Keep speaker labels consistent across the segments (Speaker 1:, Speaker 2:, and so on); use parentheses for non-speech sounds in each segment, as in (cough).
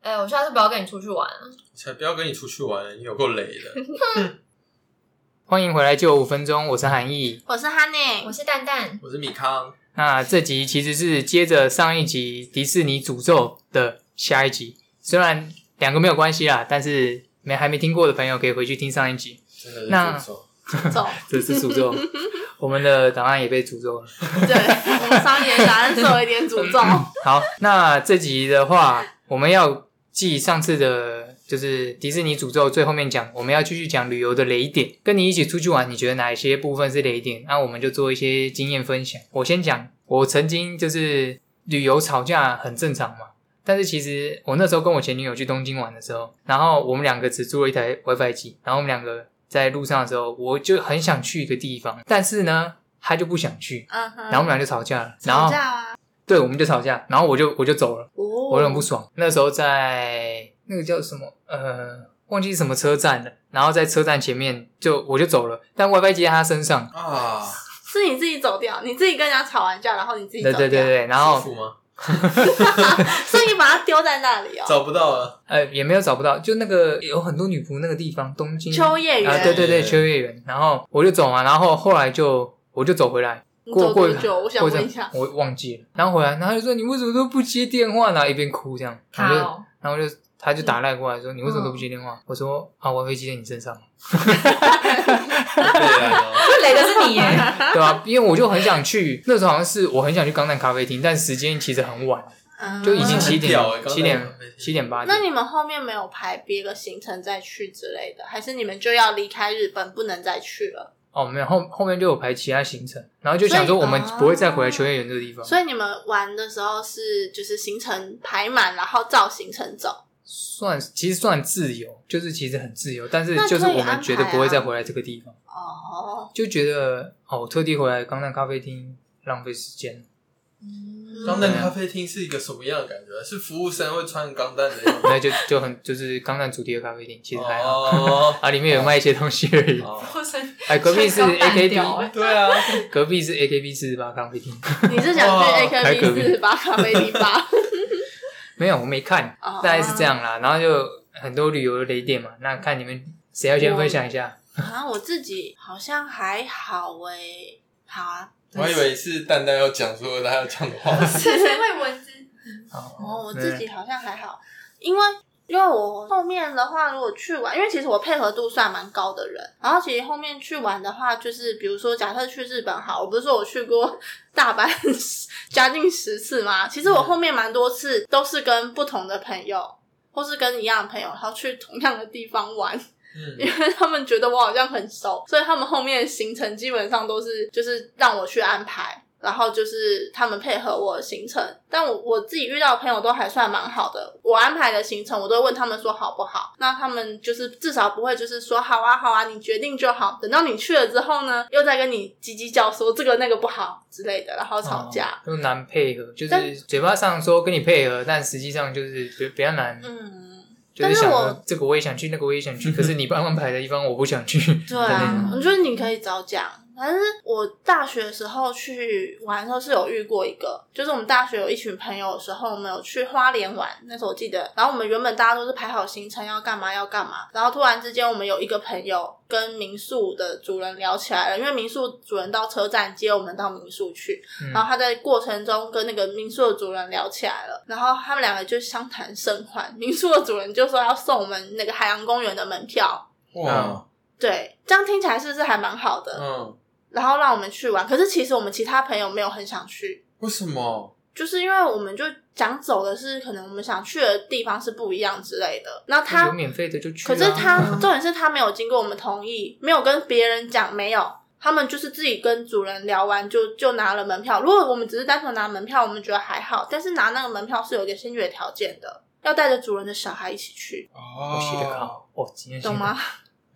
Speaker 1: 哎、我下次不要跟你出去玩了。
Speaker 2: 才不要跟你出去玩，你有够累的。
Speaker 3: 欢迎回来，就五分钟，我是韩毅。
Speaker 4: 我是哈内，
Speaker 1: 我是蛋蛋，
Speaker 2: 我是米康，
Speaker 3: 那这集其实是接着上一集迪士尼诅咒的下一集，虽然两个没有关系啦，但是没还没听过的朋友可以回去听上一集，
Speaker 2: 真的是
Speaker 3: 那
Speaker 2: 诅咒
Speaker 4: 走，
Speaker 3: 这是诅咒。 (laughs) 我们的档案也被诅咒了。
Speaker 4: (laughs) 对，我们上一年答案受一点诅咒，
Speaker 3: 好，那这集的话，我们要继上次的，就是迪士尼诅咒最后面讲，我们要继续讲旅游的雷点。跟你一起出去玩，你觉得哪一些部分是雷点？那、我们就做一些经验分享。我先讲，我曾经就是旅游吵架很正常嘛。但是其实我那时候跟我前女友去东京玩的时候，然后我们两个只租了一台 WiFi 机，然后我们两个在路上的时候，我就很想去一个地方，但是呢，她就不想去，
Speaker 4: 嗯
Speaker 3: 然后我们
Speaker 4: 哼，
Speaker 3: 俩就吵架了。然
Speaker 4: 吵
Speaker 3: 后
Speaker 4: 架啊，哦
Speaker 3: 对，我们就吵架，然后我就我就走了，
Speaker 4: 我
Speaker 3: 我很不爽。那时候在那个叫什么呃，忘记什么车站了，然后在车站前面就我就走了，但 WiFi 接在他身上，
Speaker 2: 啊！
Speaker 4: 是你自己走掉，你自己跟人家吵完架，然后你自己
Speaker 3: 对
Speaker 4: 走
Speaker 3: 对
Speaker 4: 掉，
Speaker 3: 对对，然后
Speaker 2: 舒服吗？
Speaker 4: 所以你把它丢在那里哦，
Speaker 2: 找不到了，
Speaker 3: 呃也没有找不到，就那个有很多女仆那个地方，东京
Speaker 4: 秋叶
Speaker 3: 啊，
Speaker 4: 原，
Speaker 3: 对对对，
Speaker 2: 对
Speaker 3: 秋叶原，然后我就走啊，然后后来就我就走回来，
Speaker 4: 你
Speaker 3: 过
Speaker 4: 走
Speaker 3: 过
Speaker 4: 多久？我想
Speaker 3: 过一
Speaker 4: 问一
Speaker 3: 阵
Speaker 4: 下，
Speaker 3: 我忘记了，然后回来，然后他就说你为什么都不接电话呢？然后一边哭这样，
Speaker 1: 他
Speaker 3: 然后就
Speaker 1: 哦，
Speaker 3: 然后就他就打赖过来说：“你为什么都不接电话？”
Speaker 4: 嗯
Speaker 3: 我说：“啊，我 i 接在你身上，
Speaker 2: 对啊，
Speaker 1: 最雷的是你耶，
Speaker 2: (laughs)
Speaker 4: 啊
Speaker 3: 对吧、因为我就很想去，那时候好像是我很想去钢蛋咖啡厅，但时间其实很晚，
Speaker 4: 嗯
Speaker 3: 就已经
Speaker 2: 那很
Speaker 3: 七点
Speaker 2: 屌欸、
Speaker 3: 七
Speaker 2: 钢蛋
Speaker 3: 点
Speaker 2: 咖啡、厅
Speaker 3: 七点八点
Speaker 4: 那。你们后面没有排别的行程再去之类的，还是你们就要离开日本，不能再去了？
Speaker 3: 哦，没有后后面就有排其他行程，然后就想说
Speaker 4: 所以
Speaker 3: 我们
Speaker 4: 哦
Speaker 3: 不会再回来秋叶原这个地方，
Speaker 4: 所以你们玩的时候是就是行程排满，然后照行程走。
Speaker 3: 算其实算自由，就是其实很自由，但是
Speaker 4: 那可以
Speaker 3: 就是我们
Speaker 4: 安排
Speaker 3: 觉得不会
Speaker 4: 啊
Speaker 3: 再回来这个地方，
Speaker 4: 哦，
Speaker 3: 就觉得哦，我特地回来钢蛋咖啡厅浪费时间，
Speaker 2: (laughs)
Speaker 3: 嗯
Speaker 2: 钢蛋咖啡厅是一个什么样的感觉？是服务生会穿钢蛋的样子
Speaker 3: 那就就很就是钢蛋主题的咖啡厅， (laughs) 其实还好。
Speaker 2: (laughs) 哦，
Speaker 3: 啊，里面有卖一些东西而已。
Speaker 2: 哦
Speaker 1: 我是
Speaker 3: 哎，隔壁是
Speaker 1: 香港蛋
Speaker 3: AKB，
Speaker 1: 屌哎
Speaker 2: 对啊，
Speaker 3: 隔壁是 AKB 四十八咖啡厅，
Speaker 4: (laughs) 你是想
Speaker 2: 哇
Speaker 4: 去
Speaker 3: 还可
Speaker 4: AKB 四十八咖啡厅吧？ (laughs)
Speaker 3: 没有，我没看，
Speaker 4: 哦
Speaker 3: 大概是这样啦。然后就很多旅游的雷点嘛，那看你们谁要先分享一下？
Speaker 4: 啊，我自己好像还好诶、好啊，
Speaker 2: 我还以为是蛋蛋要讲说他要讲的话，
Speaker 1: (laughs) 是谁会蚊子？
Speaker 4: 哦，我自己好像还好，因为因为我后面的话，如果去玩，因为其实我配合度算蛮高的人，然后其实后面去玩的话，就是比如说假设去日本好，我不是说我去过 (laughs) 大阪将近十次吗？其实
Speaker 3: 嗯
Speaker 4: 我后面蛮多次都是跟不同的朋友，或是跟一样的朋友，然后去同样的地方玩，
Speaker 2: (laughs)
Speaker 4: 因
Speaker 2: 嗯，
Speaker 4: 为他们觉得我好像很熟，所以他们后面的行程基本上都是就是让我去安排，然后就是他们配合我的行程。但我我自己遇到的朋友都还算蛮好的，我安排的行程我都会问他们说好不好，那他们就是至少不会就是说好啊好啊，你决定就好。等到你去了之后呢，又在跟你叽叽叫说这个那个不好之类的，然后吵架。
Speaker 3: 哦都难配合，就
Speaker 4: 但
Speaker 3: 是嘴巴上说跟你配合，但实际上就是比比较难，
Speaker 4: 嗯，
Speaker 3: 就
Speaker 4: 但是
Speaker 3: 想
Speaker 4: 我
Speaker 3: 说这个我也想去，那个我也想去，可是你帮安排的地方我不想去，
Speaker 4: 对
Speaker 3: 之类
Speaker 4: 啊
Speaker 3: 的，
Speaker 4: 我觉得你可以早讲。但是我大学的时候去玩的时候是有遇过一个，就是我们大学有一群朋友的时候，我们有去花莲玩，那时候我记得。然后我们原本大家都是排好行程要干嘛要干嘛，然后突然之间我们有一个朋友跟民宿的主人聊起来了，因为民宿主人到车站接我们到民宿去，
Speaker 3: 嗯
Speaker 4: 然后他在过程中跟那个民宿的主人聊起来了，然后他们两个就相谈甚欢。民宿的主人就说要送我们那个海洋公园的门票，
Speaker 2: 哇，
Speaker 4: 对，这样听起来是不是还蛮好的？
Speaker 2: 嗯，
Speaker 4: 然后让我们去玩，可是其实我们其他朋友没有很想去，
Speaker 2: 为什么？
Speaker 4: 就是因为我们就想走的是可能我们想去的地方是不一样之类的。那他
Speaker 3: 有免费的就去啊。
Speaker 4: 可是他重点是他没有经过我们同意，没有跟别人讲，没有，他们就是自己跟主人聊完就就拿了门票。如果我们只是单纯拿门票，我们觉得还好，但是拿那个门票是有点先决条件的，要带着主人的小孩一起去，
Speaker 3: 我洗的
Speaker 2: 哦，
Speaker 3: 靠，哦，今天洗得
Speaker 4: 懂
Speaker 3: 靠
Speaker 4: 吗？？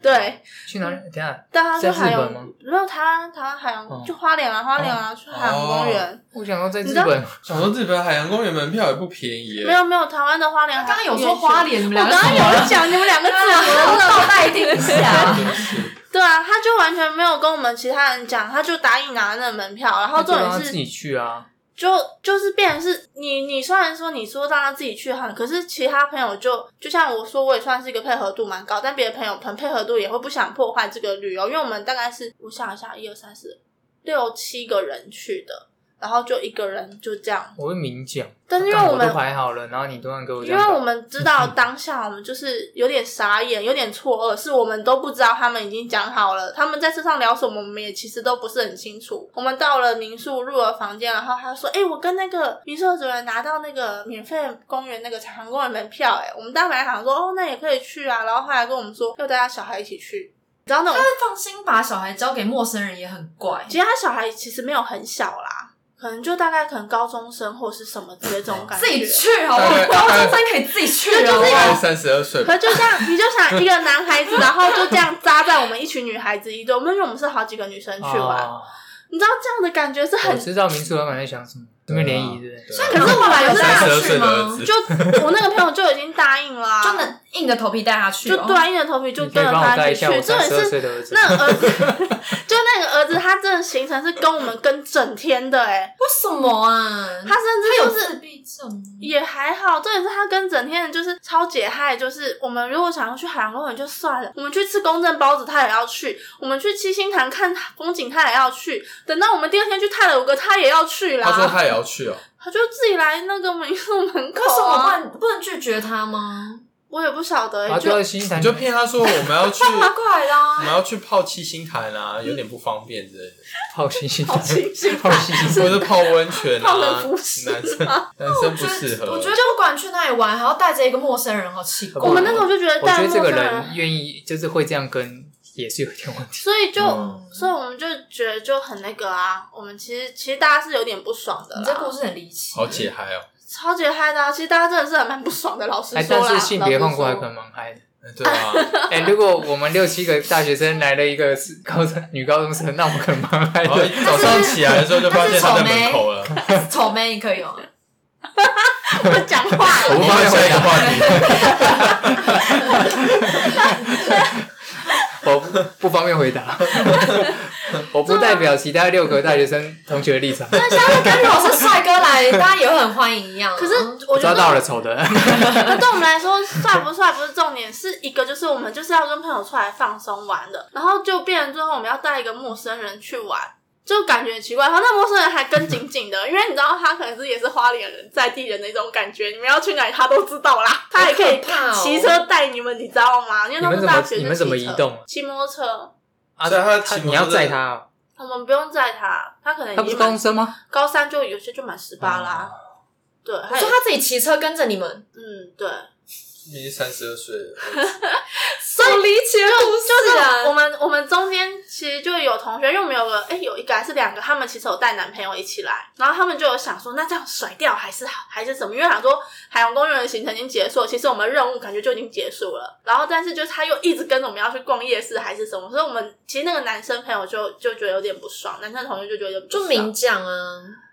Speaker 4: 对，
Speaker 3: 去哪里？等一下，
Speaker 4: 但他
Speaker 3: 在
Speaker 4: 说
Speaker 3: 日
Speaker 4: 啊还有
Speaker 3: 本吗，
Speaker 4: 没有台湾台湾海洋、
Speaker 3: 哦
Speaker 4: 就花莲啊，花莲啊，去海洋公园。
Speaker 3: 我想要在
Speaker 4: 你
Speaker 3: 日
Speaker 4: 知道
Speaker 3: 本，哦
Speaker 2: 想说日本海洋公园门票也不便宜耶，
Speaker 4: 没有没有，台湾的花莲
Speaker 1: 啊刚刚有说花，莲，你们
Speaker 4: 我
Speaker 1: 两
Speaker 4: 刚
Speaker 1: 个
Speaker 4: 刚
Speaker 1: 什么
Speaker 4: 有讲你们两个
Speaker 1: 对啊 (laughs)
Speaker 4: 字，
Speaker 1: 倒带听一下。
Speaker 2: 真是，
Speaker 4: 对啊，他就完全没有跟我们其他人讲，他就答应拿那个门票，然后重
Speaker 3: 那就让
Speaker 4: 点
Speaker 3: 他自己
Speaker 4: 是
Speaker 3: 去啊。
Speaker 4: 就就是变成是你，你虽然说你说让他自己去喊，可是其他朋友就就像我说，我也算是一个配合度蛮高，但别的朋友可能配合度也会不想破坏这个旅游，因为我们大概是我想一下，一二三四六七个人去的，然后就一个人就这样，
Speaker 3: 我会明讲，啊
Speaker 4: 但是因为
Speaker 3: 干
Speaker 4: 我们
Speaker 3: 都排好了，然后你突然给我这
Speaker 4: 因
Speaker 3: 样
Speaker 4: 为
Speaker 3: 搞，
Speaker 4: 我们知道当下我们就是有点傻眼，有点错愕，是我们都不知道他们已经讲好了，他们在车上聊什么，我们也其实都不是很清楚。我们到了民宿，入了房间，然后他说：“哎、我跟那个民宿的主人拿到那个免费公园那个长虹公园门票。”哎，我们大本来想说：“哦，那也可以去啊。”然后后来跟我们说要带他小孩一起去，你知道那种，
Speaker 1: 放心把小孩交给陌生人也很怪，
Speaker 4: 其实他小孩其实没有很小啦。可能就大概可能高中生或是什么之类这种感觉，
Speaker 1: 自己去好不好？
Speaker 2: 对
Speaker 1: 高中生可以自己去了，
Speaker 2: 大概三十二岁吧
Speaker 4: 可，就像你就想一个男孩子，然后就这样扎在我们一群女孩子一堆，我们因为我们是好几个女生去玩，
Speaker 3: 哦
Speaker 4: 你知道这样的感觉是
Speaker 3: 我
Speaker 4: 很。
Speaker 3: 知道民宿老板在想什么，这边
Speaker 2: 对啊
Speaker 3: 联谊对不对？
Speaker 2: 对
Speaker 1: 所以
Speaker 4: 可是我
Speaker 1: 有带
Speaker 2: 三
Speaker 4: 们
Speaker 2: 十二
Speaker 1: 他
Speaker 2: 岁
Speaker 1: 去
Speaker 2: 的儿
Speaker 1: 吗
Speaker 2: 子？
Speaker 4: 就我那个朋友就已经答应了啊、
Speaker 1: 就能硬着头皮带他去
Speaker 4: 就
Speaker 1: 哦，
Speaker 4: 对啊，硬着头皮就
Speaker 3: 你可
Speaker 4: 跟
Speaker 3: 以
Speaker 4: 着
Speaker 3: 帮我
Speaker 4: 他
Speaker 3: 带
Speaker 4: 一
Speaker 3: 一
Speaker 4: 起
Speaker 3: 下我
Speaker 4: 去。重
Speaker 3: 三
Speaker 4: 点
Speaker 3: 十二
Speaker 4: 是
Speaker 3: 岁的儿子
Speaker 4: 那个儿子，就那个儿子，他真的行程是跟我们跟整天的哎、
Speaker 1: 为什么啊？
Speaker 4: 他甚至
Speaker 1: 有
Speaker 4: 就是
Speaker 1: 自闭症吗
Speaker 4: 也还好，重点是他跟整天的就是超解嗨，就是我们如果想要去海洋公园就算了，我们去吃公正包子他也要去，我们去七星潭看风景他也要去，等到我们第二天去泰鲁阁他也要去啦。
Speaker 2: 他说他也要去哦，
Speaker 4: 他就自己来那个民宿门口、
Speaker 1: 为什么不
Speaker 4: 啊，
Speaker 1: 能不能拒绝他吗？
Speaker 4: 我也不晓得、
Speaker 3: 然
Speaker 4: 欸，
Speaker 3: 后
Speaker 4: 就
Speaker 3: 就要新谈
Speaker 2: 你就骗他说我们要去，
Speaker 3: 啊
Speaker 1: 太快
Speaker 2: 我
Speaker 1: 啦！
Speaker 2: 们要去泡七星潭啊，有点不方便之类的，
Speaker 3: 泡新新
Speaker 4: 好清醒
Speaker 3: 泡新新
Speaker 4: (laughs)
Speaker 2: 或者泡温泉
Speaker 4: 泡
Speaker 2: 啊，
Speaker 4: 冷
Speaker 2: 男
Speaker 4: 服饰
Speaker 2: 生男生不适合。
Speaker 1: 我觉得不管去哪里玩，还要带着一个陌生人，好奇怪。
Speaker 4: 我们那时候就觉得
Speaker 3: 我觉
Speaker 4: 带
Speaker 3: 得
Speaker 4: 陌
Speaker 3: 这
Speaker 4: 生
Speaker 3: 个
Speaker 4: 人
Speaker 3: 人，愿意就是会这样跟，也是有一点
Speaker 4: (laughs)
Speaker 3: 问题。
Speaker 4: 啊所以就、
Speaker 2: 嗯
Speaker 4: 所以我们就觉得就很那个啊，我们其实其实大家是有点不爽的啦，
Speaker 1: 你这故事很离奇，
Speaker 2: 好解嗨哦，
Speaker 4: 超级嗨的、啊，其实大家真的是还蛮不爽的，老实
Speaker 3: 哎，
Speaker 4: 说
Speaker 3: 但
Speaker 4: 啦。
Speaker 3: 是性别
Speaker 4: 老
Speaker 3: 换
Speaker 4: 实
Speaker 3: 过来
Speaker 4: 说
Speaker 3: 可能蛮嗨的。
Speaker 2: 哎对啊，
Speaker 3: 哎，如果我们六七个大学生来了一个是高中女高中生，那我们可能蛮嗨
Speaker 2: 然后
Speaker 3: 的。
Speaker 2: 早上起来的时候就发哎现他在门口了。
Speaker 1: 丑妹你可以哦。
Speaker 4: 不 (laughs) 讲
Speaker 3: (laughs)
Speaker 4: 话
Speaker 2: 我
Speaker 4: 了
Speaker 2: 们换下一个话题，
Speaker 3: 我不不方便回 (laughs) 答，我不代表其他六个大学生同学的立场。
Speaker 4: 啊
Speaker 1: 但下次跟如果是帅哥来，大家也会很欢迎一样啊。
Speaker 4: 可是我觉
Speaker 3: 抓到
Speaker 4: 得，
Speaker 3: 了丑的，
Speaker 4: 那对我们来说，帅不帅不是重点，是一个就是我们就是要跟朋友出来放松玩的，然后就变成最后我们要带一个陌生人去玩，就感觉很奇怪。然后那陌生人还跟紧紧的，因为你知道他可能是也是花莲人在地人的一种感觉，你们要去哪里他都知道啦，他也可
Speaker 1: 好
Speaker 4: 以
Speaker 1: 可怕哦
Speaker 4: 骑车带你们，你知道吗？因为
Speaker 3: 你
Speaker 4: 他
Speaker 3: 们怎
Speaker 4: 大
Speaker 3: 么
Speaker 4: 学就
Speaker 3: 你们怎么
Speaker 4: 骑
Speaker 3: 移
Speaker 4: 车
Speaker 3: 动啊？
Speaker 4: 骑摩托车，
Speaker 3: 啊
Speaker 2: 所以他
Speaker 3: 他
Speaker 2: 骑摩托车
Speaker 3: 你要载他哦，
Speaker 4: 我们不用载他，他可能
Speaker 3: 他
Speaker 4: 已
Speaker 3: 不是哦
Speaker 4: 经
Speaker 3: 高
Speaker 4: 满
Speaker 3: 中生吗？
Speaker 4: 高三就有些就满十八啦。对，还有
Speaker 1: 就他自己骑车跟着你们，
Speaker 4: 嗯，对，
Speaker 2: 已经三十二岁了，
Speaker 1: 所以离奇的故事
Speaker 4: (laughs) 我
Speaker 1: 啊！
Speaker 4: 们我们中间其实就有同学，因为我们有个哎、有一个还是两个，他们其实有带男朋友一起来，然后他们就有想说，那这样甩掉还是还是什么？因为想说海洋公园的行程已经结束了，其实我们任务感觉就已经结束了，然后但是就是他又一直跟着我们要去逛夜市还是什么，所以我们其实那个男生朋友就就觉得有点不爽，男生同学就觉得有点不
Speaker 1: 就
Speaker 4: 爽
Speaker 1: 明讲啊，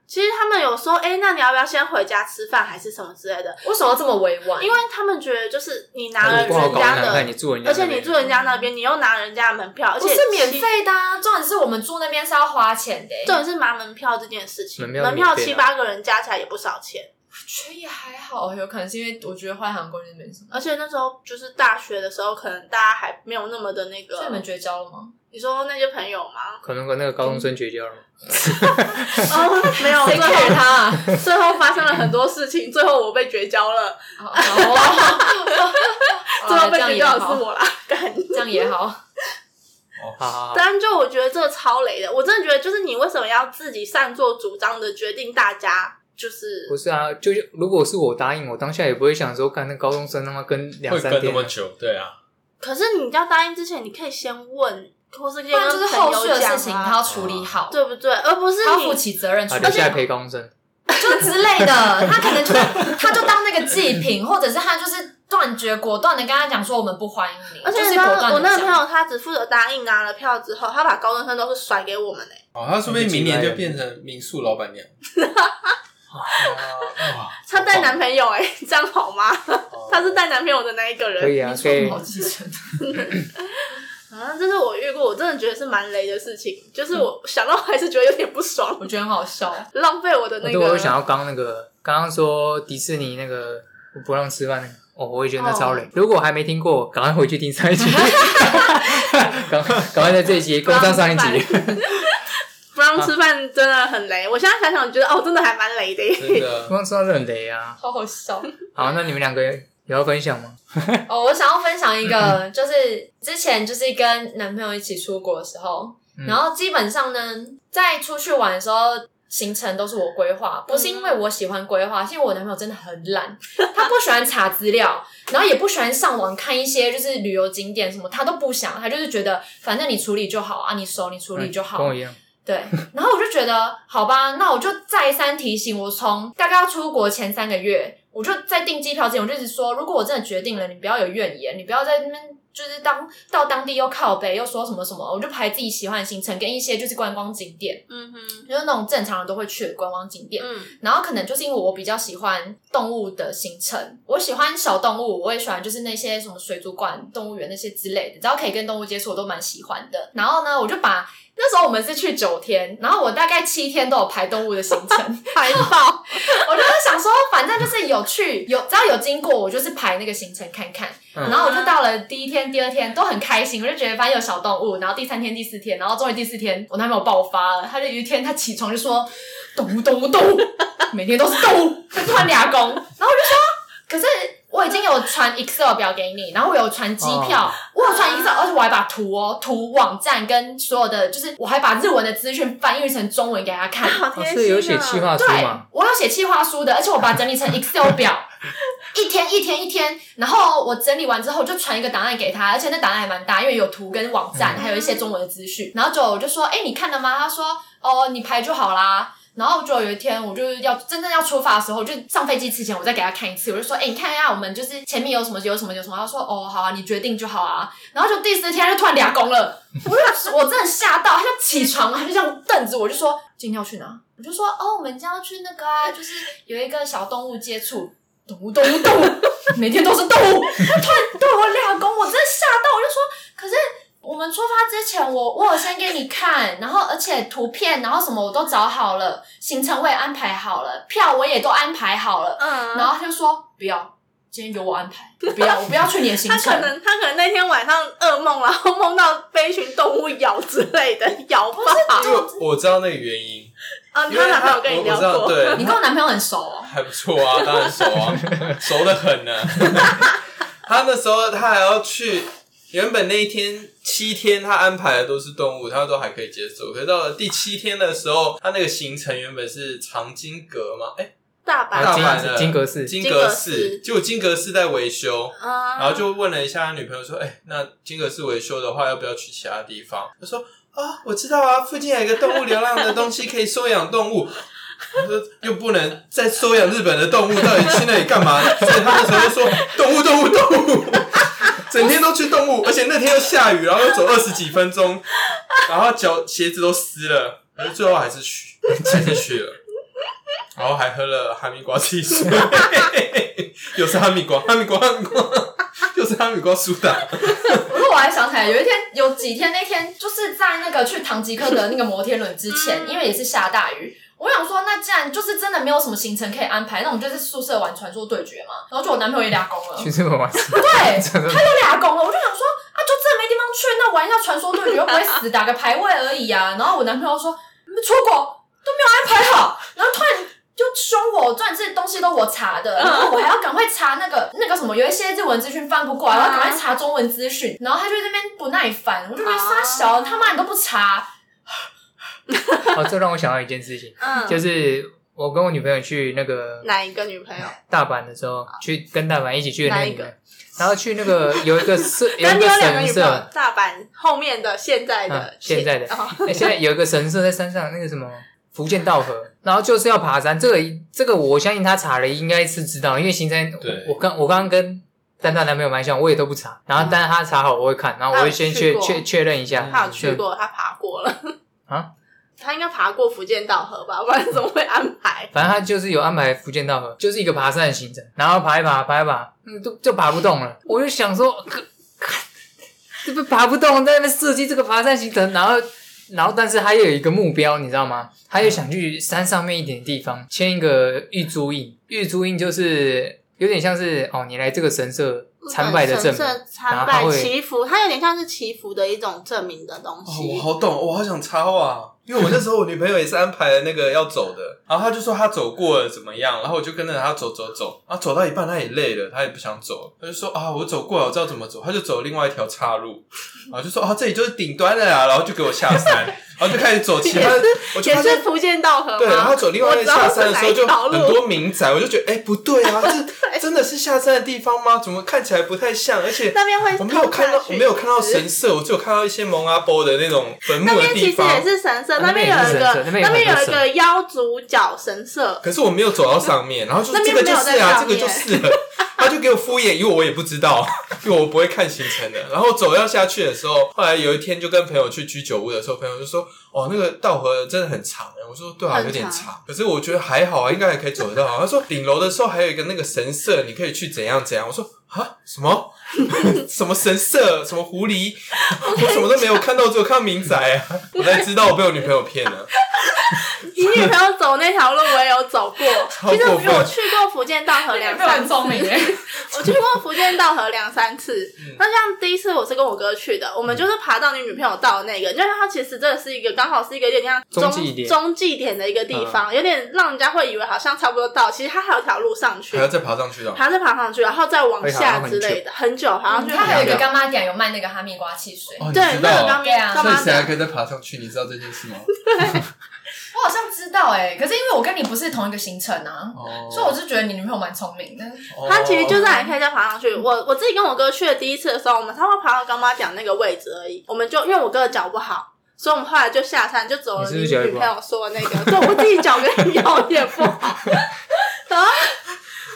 Speaker 4: 其实他们有说，哎、那你要不要先回家吃饭还是什么之类的？
Speaker 1: 为什么要这么委婉？
Speaker 4: 因为他们觉得就是你拿
Speaker 3: 他
Speaker 4: 了
Speaker 3: 如果不好
Speaker 4: 人
Speaker 3: 搞
Speaker 4: 家
Speaker 3: 难
Speaker 4: 的
Speaker 3: 看，你住人家
Speaker 4: 而
Speaker 3: 那
Speaker 4: 且
Speaker 3: 边，
Speaker 4: 你住人家那边，你又拿人家的门票，而
Speaker 1: 不
Speaker 4: 且
Speaker 1: 是免
Speaker 4: 七。
Speaker 1: 费的啊，重点是我们住那边是要花钱的欸。
Speaker 4: 重点是拿门票这件事情，
Speaker 3: 门
Speaker 4: 门
Speaker 3: 票免费
Speaker 4: 七
Speaker 3: 啊？
Speaker 4: 八个人加起来也不少钱，
Speaker 1: 觉得也还好，有可能是因为我觉得换航空就没什么。
Speaker 4: 而且那时候就是大学的时候，可能大家还没有那么的那
Speaker 1: 所以你
Speaker 4: 个
Speaker 1: 们。绝交了吗？
Speaker 4: 你说那些朋友吗
Speaker 1: (laughs)
Speaker 3: 可能跟那个高中生绝交了。
Speaker 4: 嗯哦，没有，
Speaker 1: 谁
Speaker 4: 最
Speaker 1: care
Speaker 4: 后
Speaker 1: 他啊？
Speaker 4: 最后发生了很多事情，最后我被绝交了，
Speaker 1: (laughs) 好哦
Speaker 4: 最后
Speaker 1: 这
Speaker 4: 被
Speaker 1: 样
Speaker 4: 绝
Speaker 1: 也
Speaker 4: 交的
Speaker 1: 好
Speaker 4: 是，我啦，干。
Speaker 1: 这样也好。
Speaker 3: 好好好，
Speaker 4: 但就我觉得这超雷的，我真的觉得就是你为什么要自己擅作主张的决定大家就是
Speaker 3: 不是啊，就是如果是我答应，我当下也不会想说，看那高中生他妈跟两
Speaker 2: 会
Speaker 3: 三
Speaker 2: 跟那
Speaker 3: 天
Speaker 2: 么久，对啊，
Speaker 4: 可是你要答应之前，你可以先问，或是先
Speaker 1: 不然就
Speaker 4: 跟
Speaker 1: 是
Speaker 4: 朋
Speaker 1: 后续
Speaker 4: 友
Speaker 1: 的
Speaker 4: 讲
Speaker 1: 事情，他
Speaker 4: 啊，
Speaker 1: 要处理好，
Speaker 4: 对不对？而不是
Speaker 1: 他要负
Speaker 4: 你
Speaker 1: 起责任，
Speaker 3: 啊，
Speaker 1: 处
Speaker 3: 留
Speaker 1: 理
Speaker 3: 下来陪高中生。
Speaker 1: 就之类的。
Speaker 3: (laughs)
Speaker 1: 他可能就是，他就当那个祭品，或者是他就是断绝果断的跟他讲说我们不欢迎你，
Speaker 4: 而且
Speaker 1: 就
Speaker 4: 你
Speaker 1: 是
Speaker 4: 知
Speaker 1: 果
Speaker 4: 道
Speaker 1: 断
Speaker 4: 我那
Speaker 1: 的
Speaker 4: 个朋
Speaker 1: 讲。
Speaker 4: 友他只负责答应拿了票之后，他把高中生都是甩给我们诶、
Speaker 2: 哦，他说不定明年就变成民宿老 (laughs) 板娘。啊哇
Speaker 4: 她带男朋友诶、这样
Speaker 2: 哦
Speaker 4: 好吗？她是带男朋友的那一个
Speaker 3: 可啊
Speaker 4: 人，
Speaker 3: 以啊，可以
Speaker 1: 好继承，
Speaker 4: 啊，这是我遇过，我真的觉得是蛮雷的事情，就是我想到还是觉得有点不
Speaker 1: (laughs)
Speaker 4: 爽，(laughs)
Speaker 1: 我觉得很好笑。
Speaker 4: 浪费我的
Speaker 3: 我
Speaker 4: 那
Speaker 3: 哦对我
Speaker 4: 个。
Speaker 3: 又想要刚那个，刚刚说迪士尼那个不让吃饭那个，哦，我也觉得那超累。如果还没听过，赶快回去听上
Speaker 4: (laughs)
Speaker 3: 一集，赶快赶快在这一集共上上一集。
Speaker 4: 不让吃饭真的很雷，我现在想想觉得哦，真的还蛮雷的耶。
Speaker 2: 真的
Speaker 3: 不让吃饭是很雷啊。
Speaker 1: 好好笑
Speaker 3: 好，那你们两个有要分享吗？
Speaker 1: (laughs) 哦！我想要分享一
Speaker 3: 嗯
Speaker 1: 个，就是之前就是跟男朋友一起出国的时候，
Speaker 3: 嗯
Speaker 1: 然后基本上呢，在出去玩的时候，行程都是我规划，不是因为我喜欢规划，是因为我男朋友真的很懒，他不喜欢查资料，然后也不喜欢上网看一些就是旅游景点什么，他都不想，他就是觉得反正你处理就好啊，你熟你处理就好，
Speaker 3: 哎跟我一样。
Speaker 1: 对，然后我就觉得，好吧，那我就再三提醒，我从大概要出国前三个月，我就在订机票之前，我就一直说，如果我真的决定了，你不要有怨言，你不要在那边就是当到当地又靠北又说什么什么，我就排自己喜欢的行程跟一些就是观光景点，
Speaker 4: 嗯哼，
Speaker 1: 就是那种正常人都会去的观光景点。
Speaker 4: 嗯
Speaker 1: 然后可能就是因为我比较喜欢动物的行程，我喜欢小动物，我也喜欢就是那些什么水族馆、动物园那些之类的，只要可以跟动物接触，我都蛮喜欢的。然后呢，我就把那时候我们是去九天，然后我大概七天都有排动物的行程，
Speaker 4: (laughs) 排爆，
Speaker 1: 我就是想说，反正就是有去有只要有经过，我就是排那个行程看看。
Speaker 3: 嗯
Speaker 1: 然后我就到了第一天、第二天都很开心，我就觉得反正有小动物。然后第三天、第四天，然后终于第四天，我男朋友爆发了，他就有一天他起床就说动物、动物、动物，每天都是动物，他突然俩公。然后我就说，可是我已经有传 Excel 表给你，然后我有传机票，我有传 Excel，而且我还把图哦、图网站跟所有的，就是我还把日文的资讯翻译成中文给他看。
Speaker 4: 好啊
Speaker 3: 哦，
Speaker 4: 贴心、啊。
Speaker 3: 所以有写企划书
Speaker 1: 对
Speaker 3: 嘛？，
Speaker 1: 我有写企划书的，而且我把它整理成 Excel 表，一天一天一天，然后我整理完之后就传一个档案给他，而且那档案还蛮大，因为有图跟网站，
Speaker 3: 嗯
Speaker 1: 还有一些中文的资讯。然后就我就说，哎、你看了吗？他说，哦，你排就好啦。然后就有一天，我就是要真正要出发的时候，我就上飞机之前，我再给他看一次，我就说，哎、你看一下我们就是前面有什么有什么有什么。他说，哦，好啊，你决定就好啊。然后就第四天他就突然俩公了，我就我真的吓到，他就起床，他就这样瞪着我，就说今天要去哪？我就说哦，我们今天要去那个啊，就是有一个小动物接触，动物动物动物，每天都是动物，他突然对我俩公，我真的吓到，我就说可是。我们出发之前我，我有先给你看，然后而且图片，然后什么我都找好了，行程我也安排好了，票我也都安排好了，
Speaker 4: 嗯，
Speaker 1: 然后他就说不要，今天由我安排，不要，我不要去你的行
Speaker 4: 他
Speaker 1: 程
Speaker 4: 可。能他可能那天晚上噩梦，然后梦到被一群动物咬之类的，咬爆。
Speaker 2: 因为我知道那个原因，
Speaker 4: 啊，
Speaker 2: 因
Speaker 4: 她
Speaker 2: 为
Speaker 4: 男朋
Speaker 2: 他
Speaker 4: 友跟你
Speaker 2: 我
Speaker 4: 聊
Speaker 2: 我知道，
Speaker 4: 过，
Speaker 1: 你
Speaker 2: 对，
Speaker 1: 跟我男朋友很熟哦。
Speaker 2: 还不错啊，当然熟
Speaker 3: (laughs)
Speaker 2: 啊，熟的很呢、 (laughs) 他那时候他还要去，原本那一天七天他安排的都是动物，他都还可以接受。可是到了第七天的时候，他那个行程原本是长金阁嘛，哎、
Speaker 4: 大
Speaker 2: 啊
Speaker 4: 阪
Speaker 2: 金
Speaker 3: 啊，
Speaker 2: 大阪
Speaker 3: 金
Speaker 2: 的
Speaker 3: 金格寺，
Speaker 2: 金
Speaker 4: 金
Speaker 2: 阁
Speaker 4: 阁
Speaker 2: 寺
Speaker 4: 寺，
Speaker 2: 结果金阁寺在维修，
Speaker 4: 啊，
Speaker 2: 然后就问了一下他女朋友说：“哎、那金阁寺维修的话，要不要去其他地方？”他说：“啊，我知道啊，附近有一个动物流浪的东西可以收养动物。”他说：“又不能再收养日本的动物，到底去那里干嘛？”所以他那时候就说：“动物，动物，动物。”整天都去动物，而且那天又下雨，然后又走二十几分钟，然后脚鞋子都湿了，可是最后还是去，还是去了，然后还喝了哈密瓜汽水， (laughs) 又是哈密瓜，哈密瓜，哈密瓜。就是哈密瓜苏打，
Speaker 1: 不是，我还想起来，有一天有几天，那天就是在那个去唐吉诃德那个摩天轮之前，
Speaker 4: 嗯
Speaker 1: 因为也是下大雨。我想说，那既然就是真的没有什么行程可以安排，那我们就在宿舍玩传说对决嘛。然后就我男朋友也俩公了，
Speaker 3: 去日本
Speaker 4: (laughs)
Speaker 3: 玩。
Speaker 1: 对，他又俩公了。我就想说，啊，就真的没地方去，那玩一下传说对决又不会死，打个排位而已啊。然后我男朋友说，你们出国都没有安排好，然后突然。就凶我，突然这些东西都我查的，
Speaker 4: 嗯
Speaker 1: 然后我还要赶快查那个那个什么，有一些日文资讯翻不过来，我要赶快查中文资讯，然后他就在那边不耐烦，我就觉得傻小，他妈你都不查，
Speaker 3: 哦，这让我想到一件事情，
Speaker 4: 嗯，
Speaker 3: 就是我跟我女朋友去那个
Speaker 4: 哪一个女朋友？
Speaker 3: 大阪的时候，去跟大阪一起去的那
Speaker 4: 哪一
Speaker 3: 女
Speaker 4: 个
Speaker 3: 的，然后去那个有一个
Speaker 4: (laughs)
Speaker 3: 社，有
Speaker 4: 跟
Speaker 3: 一
Speaker 4: 你
Speaker 3: 个
Speaker 4: 有两个
Speaker 3: 神
Speaker 4: 女朋友
Speaker 3: 社，，
Speaker 4: 大阪后面的现在的
Speaker 3: 嗯现在的
Speaker 4: 哦
Speaker 3: 哎现在有一个神社在山上，那个什么福建道
Speaker 4: (laughs)
Speaker 3: 河，然后就是要爬山。这个这个，我相信他查了应该是知道，因为行程
Speaker 2: 对
Speaker 3: 我刚我刚刚跟丹丹男朋友蛮像，我也都不查，然后但是他查好我会看，然后我会先
Speaker 4: 他
Speaker 3: 确
Speaker 4: 有嗯啊去过
Speaker 3: 确确认一下。
Speaker 4: 他有去过，他爬过了
Speaker 3: 啊，
Speaker 4: 他应该爬过福建道河吧，不然怎么会安排？
Speaker 3: 反正他就是有安排福建道河，就是一个爬山的行程，然后爬一爬，爬一爬，嗯，都就爬不动了。我就想说，可 (laughs) 这不爬不动，在那边设计这个爬山行程，然后然后但是他又有一个目标，你知道吗？他又想去山上面一点地方签一个玉珠印，玉珠印就是有点像是哦，你来这个神社 (laughs) 参拜的证
Speaker 4: 哦神
Speaker 3: 明
Speaker 4: 社，
Speaker 3: 然
Speaker 4: 参
Speaker 3: 后他
Speaker 4: 拜
Speaker 3: 会
Speaker 4: 祈福，它有点像是祈福的一种证明的东
Speaker 2: (laughs) 哦，
Speaker 4: 西。
Speaker 2: 我好懂，我好想抄啊！因为我那时候我女朋友也是安排了那个要走的，然后她就说她走过了怎么样，然后我就跟着她走走走，然后走到一半她也累了，她也不想走，她就说啊我走过了，我知道怎么走，她就走另外一条岔路，然后就说啊这里就是顶端了啊啦，然后就给我下山，然后就开始走其他，我就
Speaker 4: 也
Speaker 2: 发现
Speaker 4: 是福建道河
Speaker 2: 对，然后
Speaker 4: 吗？
Speaker 2: 走另外一个下山的时候，就很多民宅，我就觉得，哎、不对
Speaker 4: (laughs)
Speaker 2: 啊，这真的是下山的地方吗？怎么看起来不太像？而且
Speaker 4: 那边会
Speaker 2: 我没有看到
Speaker 4: 通，下
Speaker 2: 我
Speaker 4: 去
Speaker 2: 没有看到神社，我只有看到一些蒙阿波的那种坟
Speaker 4: 那
Speaker 2: 墓的
Speaker 4: 边
Speaker 2: 地
Speaker 4: 其实
Speaker 2: 方。
Speaker 4: 也是神
Speaker 3: 啊
Speaker 4: 社，
Speaker 3: 那边
Speaker 4: 边
Speaker 3: 也
Speaker 4: 有
Speaker 3: 是
Speaker 4: 一
Speaker 3: 神社
Speaker 4: 个
Speaker 3: 那边有很多
Speaker 4: 边有一
Speaker 3: 神
Speaker 4: 个腰足角神社，
Speaker 2: 可是我没有走到上面，然后就
Speaker 4: 那
Speaker 2: 这
Speaker 4: 边
Speaker 2: 个
Speaker 4: 没
Speaker 2: 就
Speaker 4: 有
Speaker 2: 是
Speaker 4: 在
Speaker 2: 啊，
Speaker 4: 上
Speaker 2: 这个就
Speaker 4: 面
Speaker 2: 是
Speaker 4: (laughs)
Speaker 2: 了，他就给我敷衍，因为我也不知道，因为我不会看行程的。然后走要下去的时候，后来有一天就跟朋友去居酒屋的时候，朋友就说：“哦，那个道河真的很长。”我说：“对啊，
Speaker 4: 很
Speaker 2: 有点
Speaker 4: 长
Speaker 2: 长，可是我觉得还好啊，应该还可以走得到。”他说：“顶楼的时候还有一个那个神社，你可以去怎样怎样。”我说：“啊，什么？ (laughs) 什么神社？什么狐狸？我什么都没有看到，只有看到民宅啊！我才知道我被我女朋友骗了。”
Speaker 4: (laughs) 你女朋友走那条路，我也有走过。
Speaker 2: 超
Speaker 4: 其实
Speaker 2: 过
Speaker 4: 我
Speaker 2: 分
Speaker 4: 我去过福建道河两三次，
Speaker 1: 哎，
Speaker 4: 我去过福建道河两三次。
Speaker 2: 嗯
Speaker 4: 那像第一次我是跟我哥去的，我们就是爬到你女朋友到的那个，因为它其实真的是一个刚好是一个有点像
Speaker 3: 中
Speaker 4: 中
Speaker 3: 继点
Speaker 4: 中继点的一个地
Speaker 2: 嗯
Speaker 4: 方，有点让人家会以为好像差不多到，其实它还有条路上去
Speaker 2: 还要，再哎爬上去的。
Speaker 4: 还是爬上去，然后再往下之类的，很久爬上去。
Speaker 1: 嗯他还有一个
Speaker 3: 很久
Speaker 1: 干妈店有卖那个哈密瓜汽水，
Speaker 2: 哦，你
Speaker 4: 对
Speaker 2: 知道
Speaker 4: 那
Speaker 2: 啊
Speaker 4: 个刚
Speaker 1: 对啊
Speaker 4: 刚
Speaker 2: 所以
Speaker 4: 妈
Speaker 2: 谁还
Speaker 4: 的
Speaker 2: 可以再爬上去？你知道这件
Speaker 4: (laughs)
Speaker 2: 事吗？
Speaker 1: 我好像知道哎、可是因为我跟你不是同一个行程啊，
Speaker 2: 哦
Speaker 1: 所以我就觉得你女朋友蛮聪 (laughs) 明的。
Speaker 3: 哦
Speaker 4: 它其实就是还可以再爬上去。
Speaker 3: 嗯
Speaker 4: 我我自己跟我哥去的第一次的时候，我们差不多爬到刚妈讲那个位置而已。我们就因为我哥的脚不好，所以我们后来就下山，就走了
Speaker 3: 你是不
Speaker 4: 你
Speaker 3: 是脚也
Speaker 4: 女
Speaker 3: 不
Speaker 4: 朋
Speaker 3: 好
Speaker 4: 友说的那个，对我自己脚跟腰也
Speaker 3: (laughs)
Speaker 4: 不好。然后，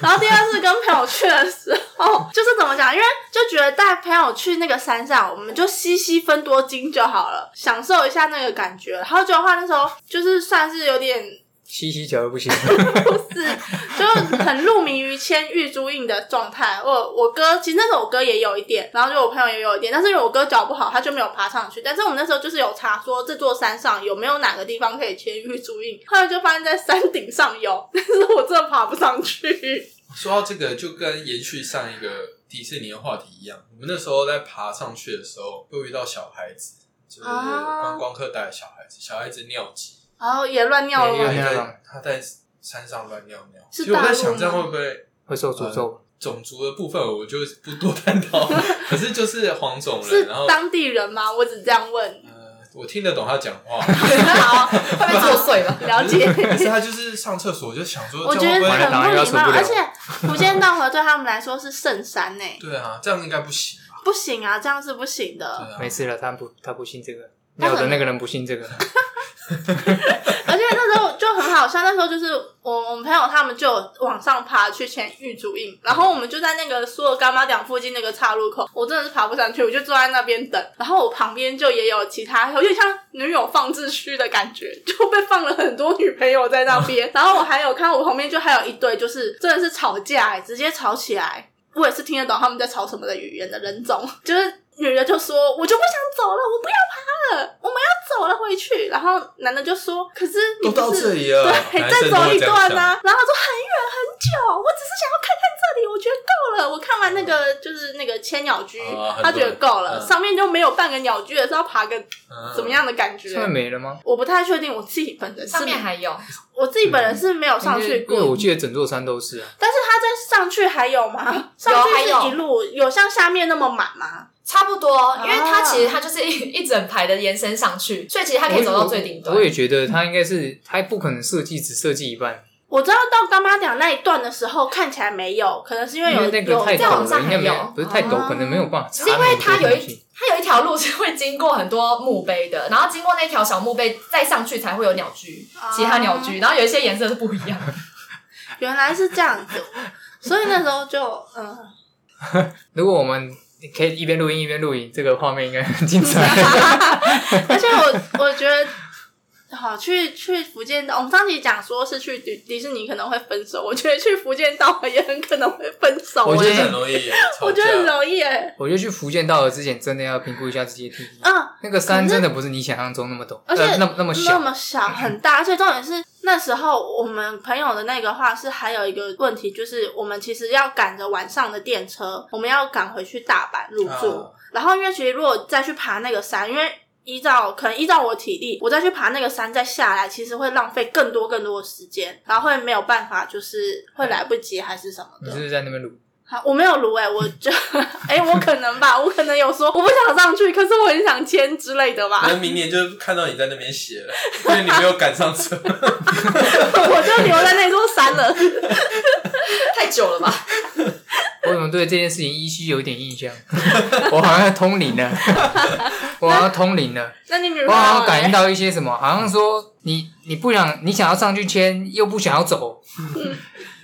Speaker 4: 然后第二次跟朋友去的时候，就是怎么讲？因为就觉得带朋友去那个山上，我们就西西分多金就好了，享受一下那个感觉。然后就的话，那时候就是算是有点
Speaker 3: 吸吸脚又不行。
Speaker 4: 是就很入迷于签玉珠印的状态。我我哥其实那时候我哥也有一点，然后就我朋友也有一点，但是因为我哥脚不好，他就没有爬上去。但是我们那时候就是有查说这座山上有没有哪个地方可以签玉珠印，后来就发现在山顶上有， (laughs) 但是我真的爬不上去。
Speaker 2: 说到这个，就跟延续上一个迪士尼的话题一样，我们那时候在爬上去的时候，又遇到小孩子，就是
Speaker 4: 啊
Speaker 2: 观光客带的小孩子，小孩子尿急，
Speaker 4: 然后也乱尿了
Speaker 3: 也有
Speaker 2: 他
Speaker 4: 吗，
Speaker 3: 哦尿
Speaker 2: 在
Speaker 3: 了
Speaker 2: 他在山上乱尿尿。
Speaker 4: 是
Speaker 2: 其实我在
Speaker 4: 大陆
Speaker 2: 想，这样
Speaker 4: 吗
Speaker 2: 会不会
Speaker 3: 会受诅咒。
Speaker 2: 种族的部分我就不多探
Speaker 4: (laughs)
Speaker 2: 讨，可是就是黄种
Speaker 4: 是
Speaker 2: 人，然后。
Speaker 4: 当地人吗？我只这样问
Speaker 2: (laughs) 呃，我听得懂他讲话。
Speaker 4: 好，
Speaker 1: 会被作祟吧？
Speaker 4: (laughs) 了解。
Speaker 2: 可是他就是上厕所，我就想说，
Speaker 4: 我觉
Speaker 2: 这样会不
Speaker 4: 得
Speaker 2: 会
Speaker 3: 完了
Speaker 4: 很
Speaker 3: 党
Speaker 4: 不
Speaker 3: 人要
Speaker 4: 礼
Speaker 3: 受不
Speaker 4: 貌，
Speaker 3: 了
Speaker 4: 而且福建道河对他们来说是圣山呢、
Speaker 2: 对啊，这样应该不行吧？
Speaker 4: 不行啊，这样是不行的。
Speaker 2: 对啊
Speaker 3: 没事了，他不他不信这个，
Speaker 4: 他
Speaker 3: 尿
Speaker 4: 很
Speaker 3: 的那个人不信这个。
Speaker 4: 而且那时候就很好笑，那时候就是我我们朋友他们就有往上爬去签玉竹印，然后我们就在那个所有干妈店附近那个岔路口，我真的是爬不上去，我就坐在那边等。然后我旁边就也有其他，有点像女友放置区的感觉，就被放了很多女朋友在那边。然后我还有看我旁边就还有一对，就是真的是吵架、欸，直接吵起来。我也是听得懂他们在吵什么的语言的人种，就是女的就说：“我就不想走了，我不要爬了，我们要走了回去。”然后男的就说：“可是
Speaker 2: 都
Speaker 4: 你不
Speaker 2: 到
Speaker 4: 是
Speaker 2: 这里了，
Speaker 4: 对，
Speaker 2: 男
Speaker 4: 再
Speaker 2: 生都
Speaker 4: 走
Speaker 2: 会
Speaker 4: 一
Speaker 2: 这样
Speaker 4: 段
Speaker 2: 想
Speaker 4: 呢、啊然后他说很远很久，我只是想要看看这里，我觉得够了。我看完那个就是那个千鸟居，
Speaker 2: 啊很
Speaker 4: 他觉得够
Speaker 2: 多
Speaker 4: 了，
Speaker 2: 嗯
Speaker 4: 上面就没有半个鸟居了，是要爬个
Speaker 2: 嗯
Speaker 4: 怎么？样的感觉？
Speaker 3: 上面没了吗？
Speaker 4: 我不太确定，我自己本人是
Speaker 1: 上面还有，
Speaker 4: 我自己本人是没有上
Speaker 3: 因为嗯
Speaker 4: 去
Speaker 3: 因为我
Speaker 4: 过，
Speaker 3: 记得整座山都是啊。
Speaker 4: 但是他在上去还有吗？上
Speaker 1: 还
Speaker 4: 去
Speaker 1: 有
Speaker 4: 是一路有像下面那么满吗？
Speaker 1: 差不多，
Speaker 4: 啊
Speaker 1: 因为它其实它就是一 (laughs) 一整排的延伸上去，所以其实它可以走到最顶端
Speaker 3: 我。也觉得他应该是他不可能设计只设计一半，
Speaker 4: 我知道到干妈讲那一段的时候看起来没有，可能是因为
Speaker 3: 因
Speaker 4: 有
Speaker 3: 为那个
Speaker 4: 有
Speaker 3: 太
Speaker 1: 在
Speaker 3: 陡
Speaker 1: 网
Speaker 3: 了，
Speaker 1: 上
Speaker 3: 应
Speaker 1: 还
Speaker 3: 该没有
Speaker 1: 有
Speaker 3: 不是太陡，
Speaker 4: 啊
Speaker 3: 可能没有办法
Speaker 1: 只
Speaker 3: 插
Speaker 1: 是因
Speaker 3: 那么多
Speaker 1: 为
Speaker 3: 东西。
Speaker 1: 它有一它有一条路是会经过很多墓碑的，然后经过那条小墓碑再上去才会有鸟居，
Speaker 4: 啊
Speaker 1: 其他鸟居，然后有一些颜色是不一
Speaker 3: (laughs)
Speaker 1: 样的。
Speaker 4: 原来是这样子，所以那时候就嗯。
Speaker 3: 如果我们可以一边录
Speaker 1: (laughs)
Speaker 3: 音一边录影，这个画面应该很精彩。 (laughs)
Speaker 4: 而且我我觉得好，去去福建岛，我们上期讲说是去迪迪士尼可能会分手，我觉得去福建岛也很可能会分手、
Speaker 3: 我
Speaker 2: 我觉
Speaker 3: 觉得
Speaker 2: 得
Speaker 4: 欸。
Speaker 2: 很容易
Speaker 4: 我
Speaker 2: 吵
Speaker 4: 觉得很
Speaker 2: 架。
Speaker 4: 容易哎，
Speaker 3: 我觉得去福建到了之前，真的要评估一下自己的体
Speaker 1: 呃
Speaker 3: 力。
Speaker 4: 嗯，
Speaker 3: 那个山真的不是你想象中那么陡，
Speaker 4: 而且
Speaker 3: 呃，那么那么
Speaker 4: 那
Speaker 3: 小。
Speaker 4: 么小很大，而且重点是那时候我们朋友的那个话是还有一个问题，就是我们其实要赶着晚上的电车，我们要赶回去大阪入住。
Speaker 2: 啊
Speaker 4: 然后因为其实如果再去爬那个山，因为依照可能依照我体力，我再去爬那个山再下来，其实会浪费更多更多的时间，然后会没有办法，就是会来不及还是什么
Speaker 3: 你
Speaker 4: 的
Speaker 3: 是。不是在那边撸？
Speaker 4: 好，我没有撸哎、我就哎、我可能吧，我可能有说我不想上去，可是我很想签之类的吧
Speaker 2: 可。能明年就看到你在那边写了， (laughs) 因为你没有赶上车。
Speaker 4: 我就留在那座山了。
Speaker 1: 太久了 (laughs) 吧？
Speaker 3: 我怎么对这件事情依稀有一点印象？ (laughs) 我好像通灵了， (laughs) 我好像通灵了，
Speaker 4: 那你女
Speaker 3: 我
Speaker 4: 朋
Speaker 3: 好像
Speaker 4: 友
Speaker 3: 感应
Speaker 4: 嘞？
Speaker 3: 到一些什么，好像说你你不想你想要上去牵，又不想要走，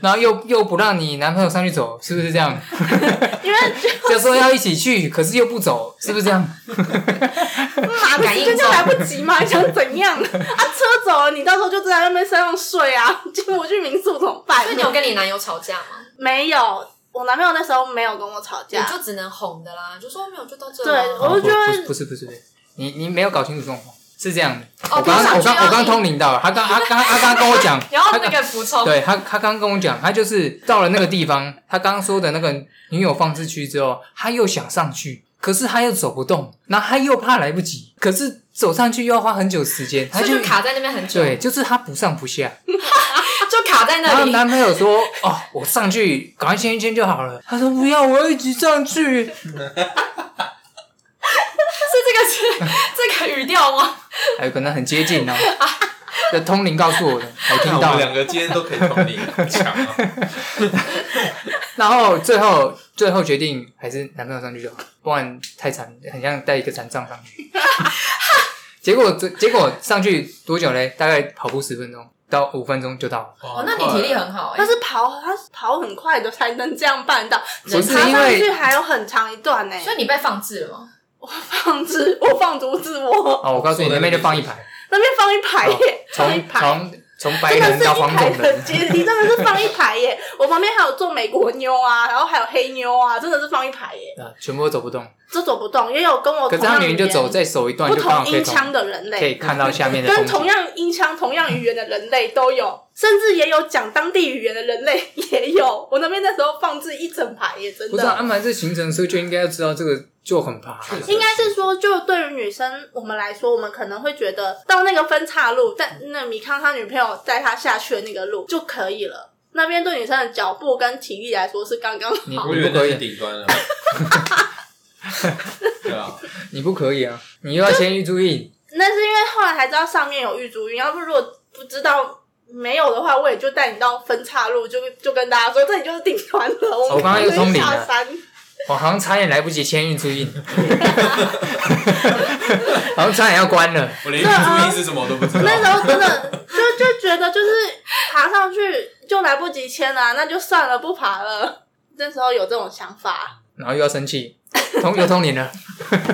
Speaker 3: 然后又又不让你男朋友上去走，是不是这样？
Speaker 4: 因为
Speaker 3: 就说要一起去，可是又不走，是不是这样？
Speaker 4: (laughs)
Speaker 1: 他感应
Speaker 4: 这就
Speaker 1: 中，
Speaker 4: 来不及嘛，
Speaker 3: (laughs)
Speaker 4: 你想怎样？啊，车走了，你到时候就在那边山上睡啊， (laughs) 结果我去民宿怎么办？
Speaker 1: 所以你有跟你男友吵架
Speaker 4: (laughs)
Speaker 1: 吗？
Speaker 4: 没有？我男朋友那时候没有跟我吵
Speaker 1: 你
Speaker 4: 架，
Speaker 1: 就只能哄的啦，就说没有就到这
Speaker 4: 啊对
Speaker 1: 了。
Speaker 4: 我就觉得
Speaker 3: 哦不不是不是不是，你你没有搞清楚状况，是这样的。
Speaker 1: 哦
Speaker 3: 我刚
Speaker 1: 听上去
Speaker 3: 我刚
Speaker 1: 要
Speaker 3: 我刚
Speaker 1: 你
Speaker 3: 通灵到了，他刚他刚他刚跟我讲，
Speaker 1: 然后
Speaker 3: 他
Speaker 1: 那
Speaker 3: 刚
Speaker 1: 个补充，
Speaker 3: 对他，他刚跟我讲，他就是到了那个地方，他刚说的那个女友放置区之后，他又想上去，可是他又走不动，然后他又怕来不及，可是走上去又要花很久时间，他
Speaker 1: 所以就卡在那边很久，
Speaker 3: 对，就是他不上不下。
Speaker 1: 就卡在
Speaker 3: 然
Speaker 1: 那
Speaker 3: 后
Speaker 1: 里。
Speaker 3: 男朋友说：“哦，我上去，赶快牵一牵就好了。”他说：“不要，我要一起上去。
Speaker 1: 是这个是 (laughs) 这个语调吗？”
Speaker 3: 还有可能很接
Speaker 1: (laughs)
Speaker 3: 近哦。这通灵告诉我的，我 (laughs) 听
Speaker 2: 那我
Speaker 3: 到
Speaker 2: 们
Speaker 3: 了
Speaker 2: 两。个今天都可以同理，很强啊！
Speaker 4: (laughs)
Speaker 3: 然后最后最后决定还是男朋友上去就好，不然太惨，很像带一个残障上去。结果这结果上去多久嘞？大概跑步十分钟到五分钟就到了。
Speaker 1: 哦，那你体力很好哎、
Speaker 4: 但是跑他是跑很快的才能这样办到，
Speaker 3: 不是
Speaker 4: 爬
Speaker 3: 因
Speaker 4: 上
Speaker 3: 为
Speaker 4: 去还有很长一段呢、
Speaker 1: 所以你被放置了吗？
Speaker 4: 放置我放逐自我， (laughs)
Speaker 3: 哦，我告诉你，那边就放一排，
Speaker 4: 那边放一排
Speaker 3: 哦
Speaker 4: 耶，放一
Speaker 3: 从
Speaker 4: 排。
Speaker 3: 从从白
Speaker 4: 真的
Speaker 3: 人
Speaker 4: 是
Speaker 3: 到
Speaker 4: 一
Speaker 3: 黄
Speaker 4: 排
Speaker 3: 种
Speaker 4: 的
Speaker 3: 人，
Speaker 4: 阶梯，真的是放一排耶！我旁边还有做美国妞啊，然后还有黑妞啊，真的是放一排耶，
Speaker 3: 啊，全部都走不动。
Speaker 4: 这走不动，也有跟我
Speaker 3: 可
Speaker 4: 同
Speaker 3: 是他
Speaker 4: 样
Speaker 3: 明
Speaker 4: 语
Speaker 3: 明
Speaker 4: 言
Speaker 3: 就走再走一段，
Speaker 4: 不
Speaker 3: 就刚好
Speaker 4: 同
Speaker 3: 可以
Speaker 4: 音
Speaker 3: 从
Speaker 4: 腔的人
Speaker 3: 可以
Speaker 4: 类，
Speaker 3: 看到下面的
Speaker 4: 跟
Speaker 3: 风
Speaker 4: 同
Speaker 3: 景。
Speaker 4: 样音腔、同样语言的人类都有，甚至也有讲当地语言的人类也有。我那边那时候放置一整排耶，真
Speaker 3: 不是啊
Speaker 4: 的。
Speaker 3: 安排这行程的时候就应该要知道这个就很怕。
Speaker 4: 应该是说，就对于女生我们来说，我们可能会觉得到那个分岔路，但那米康他女朋友带他下去的那个路就可以了。那边对女生的脚步跟体力来说是刚刚
Speaker 3: 你
Speaker 2: 我
Speaker 3: 你
Speaker 2: 以为
Speaker 3: 不可
Speaker 2: 那是
Speaker 3: 以，
Speaker 2: 顶端
Speaker 3: (laughs)
Speaker 2: 了。对啊，
Speaker 3: 你不可以啊！你又要先预注意，
Speaker 4: 那是因为后来才知道上面有玉竹云，要不如果不知道没有的话，我也就带你到分岔路，就就跟大家说这里就是顶端了，我
Speaker 3: 我
Speaker 4: 们
Speaker 3: 刚刚又聪
Speaker 4: 就
Speaker 3: 明
Speaker 4: 下
Speaker 3: 了
Speaker 4: 山。
Speaker 3: 我哦好像差点来不及签运注印， (laughs) 好像差点要关了。
Speaker 2: 我连注意是什么我都不知道。
Speaker 4: 那时候真的就就觉得就是爬上去就来不及签了、那就算了，不爬了。那时候有这种想法，
Speaker 3: 然后又要生气，通又通灵了。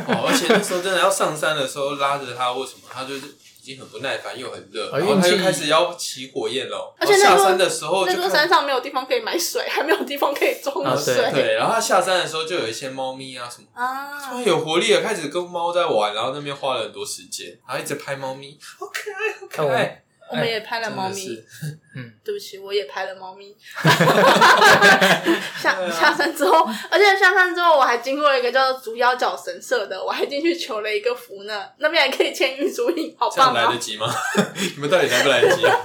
Speaker 2: 哦，而且那时候真的要上山的时候，拉着他，为什么他就是已经很不耐烦又很热，
Speaker 3: 哦
Speaker 2: 然后他
Speaker 3: 运
Speaker 2: 又
Speaker 3: 气
Speaker 2: 开始要起火焰了。
Speaker 4: 而且
Speaker 2: 然
Speaker 4: 那
Speaker 2: 后
Speaker 4: 时
Speaker 2: 下
Speaker 4: 候
Speaker 2: 山的时候
Speaker 4: 那
Speaker 2: 哦就
Speaker 4: 座
Speaker 2: 看
Speaker 4: 山上没有地方可以买水，还没有地方可以装
Speaker 3: 啊对
Speaker 4: 水
Speaker 2: 对，然后他下山的时候就有一些猫咪啊什么，突
Speaker 4: 啊
Speaker 2: 然有活力了，开始跟猫在玩，然后那边花了很多时间，然后一直拍猫咪，好可爱，好可爱，
Speaker 4: 我们也拍了
Speaker 2: 真
Speaker 4: 猫
Speaker 2: 的
Speaker 4: 咪，
Speaker 2: 是
Speaker 4: 对不起，我也拍了猫
Speaker 2: (laughs)
Speaker 4: 咪。
Speaker 2: 啊
Speaker 4: 下下山之后，而且下山之后我还经过一个叫竹腰角神社的，我还进去求了一个福呢，那边还可以签玉竹印，好
Speaker 2: 这样来
Speaker 4: 棒
Speaker 2: 得
Speaker 4: 啊！
Speaker 2: 及吗？ (laughs) 你们到底来不来得及啊？ (laughs)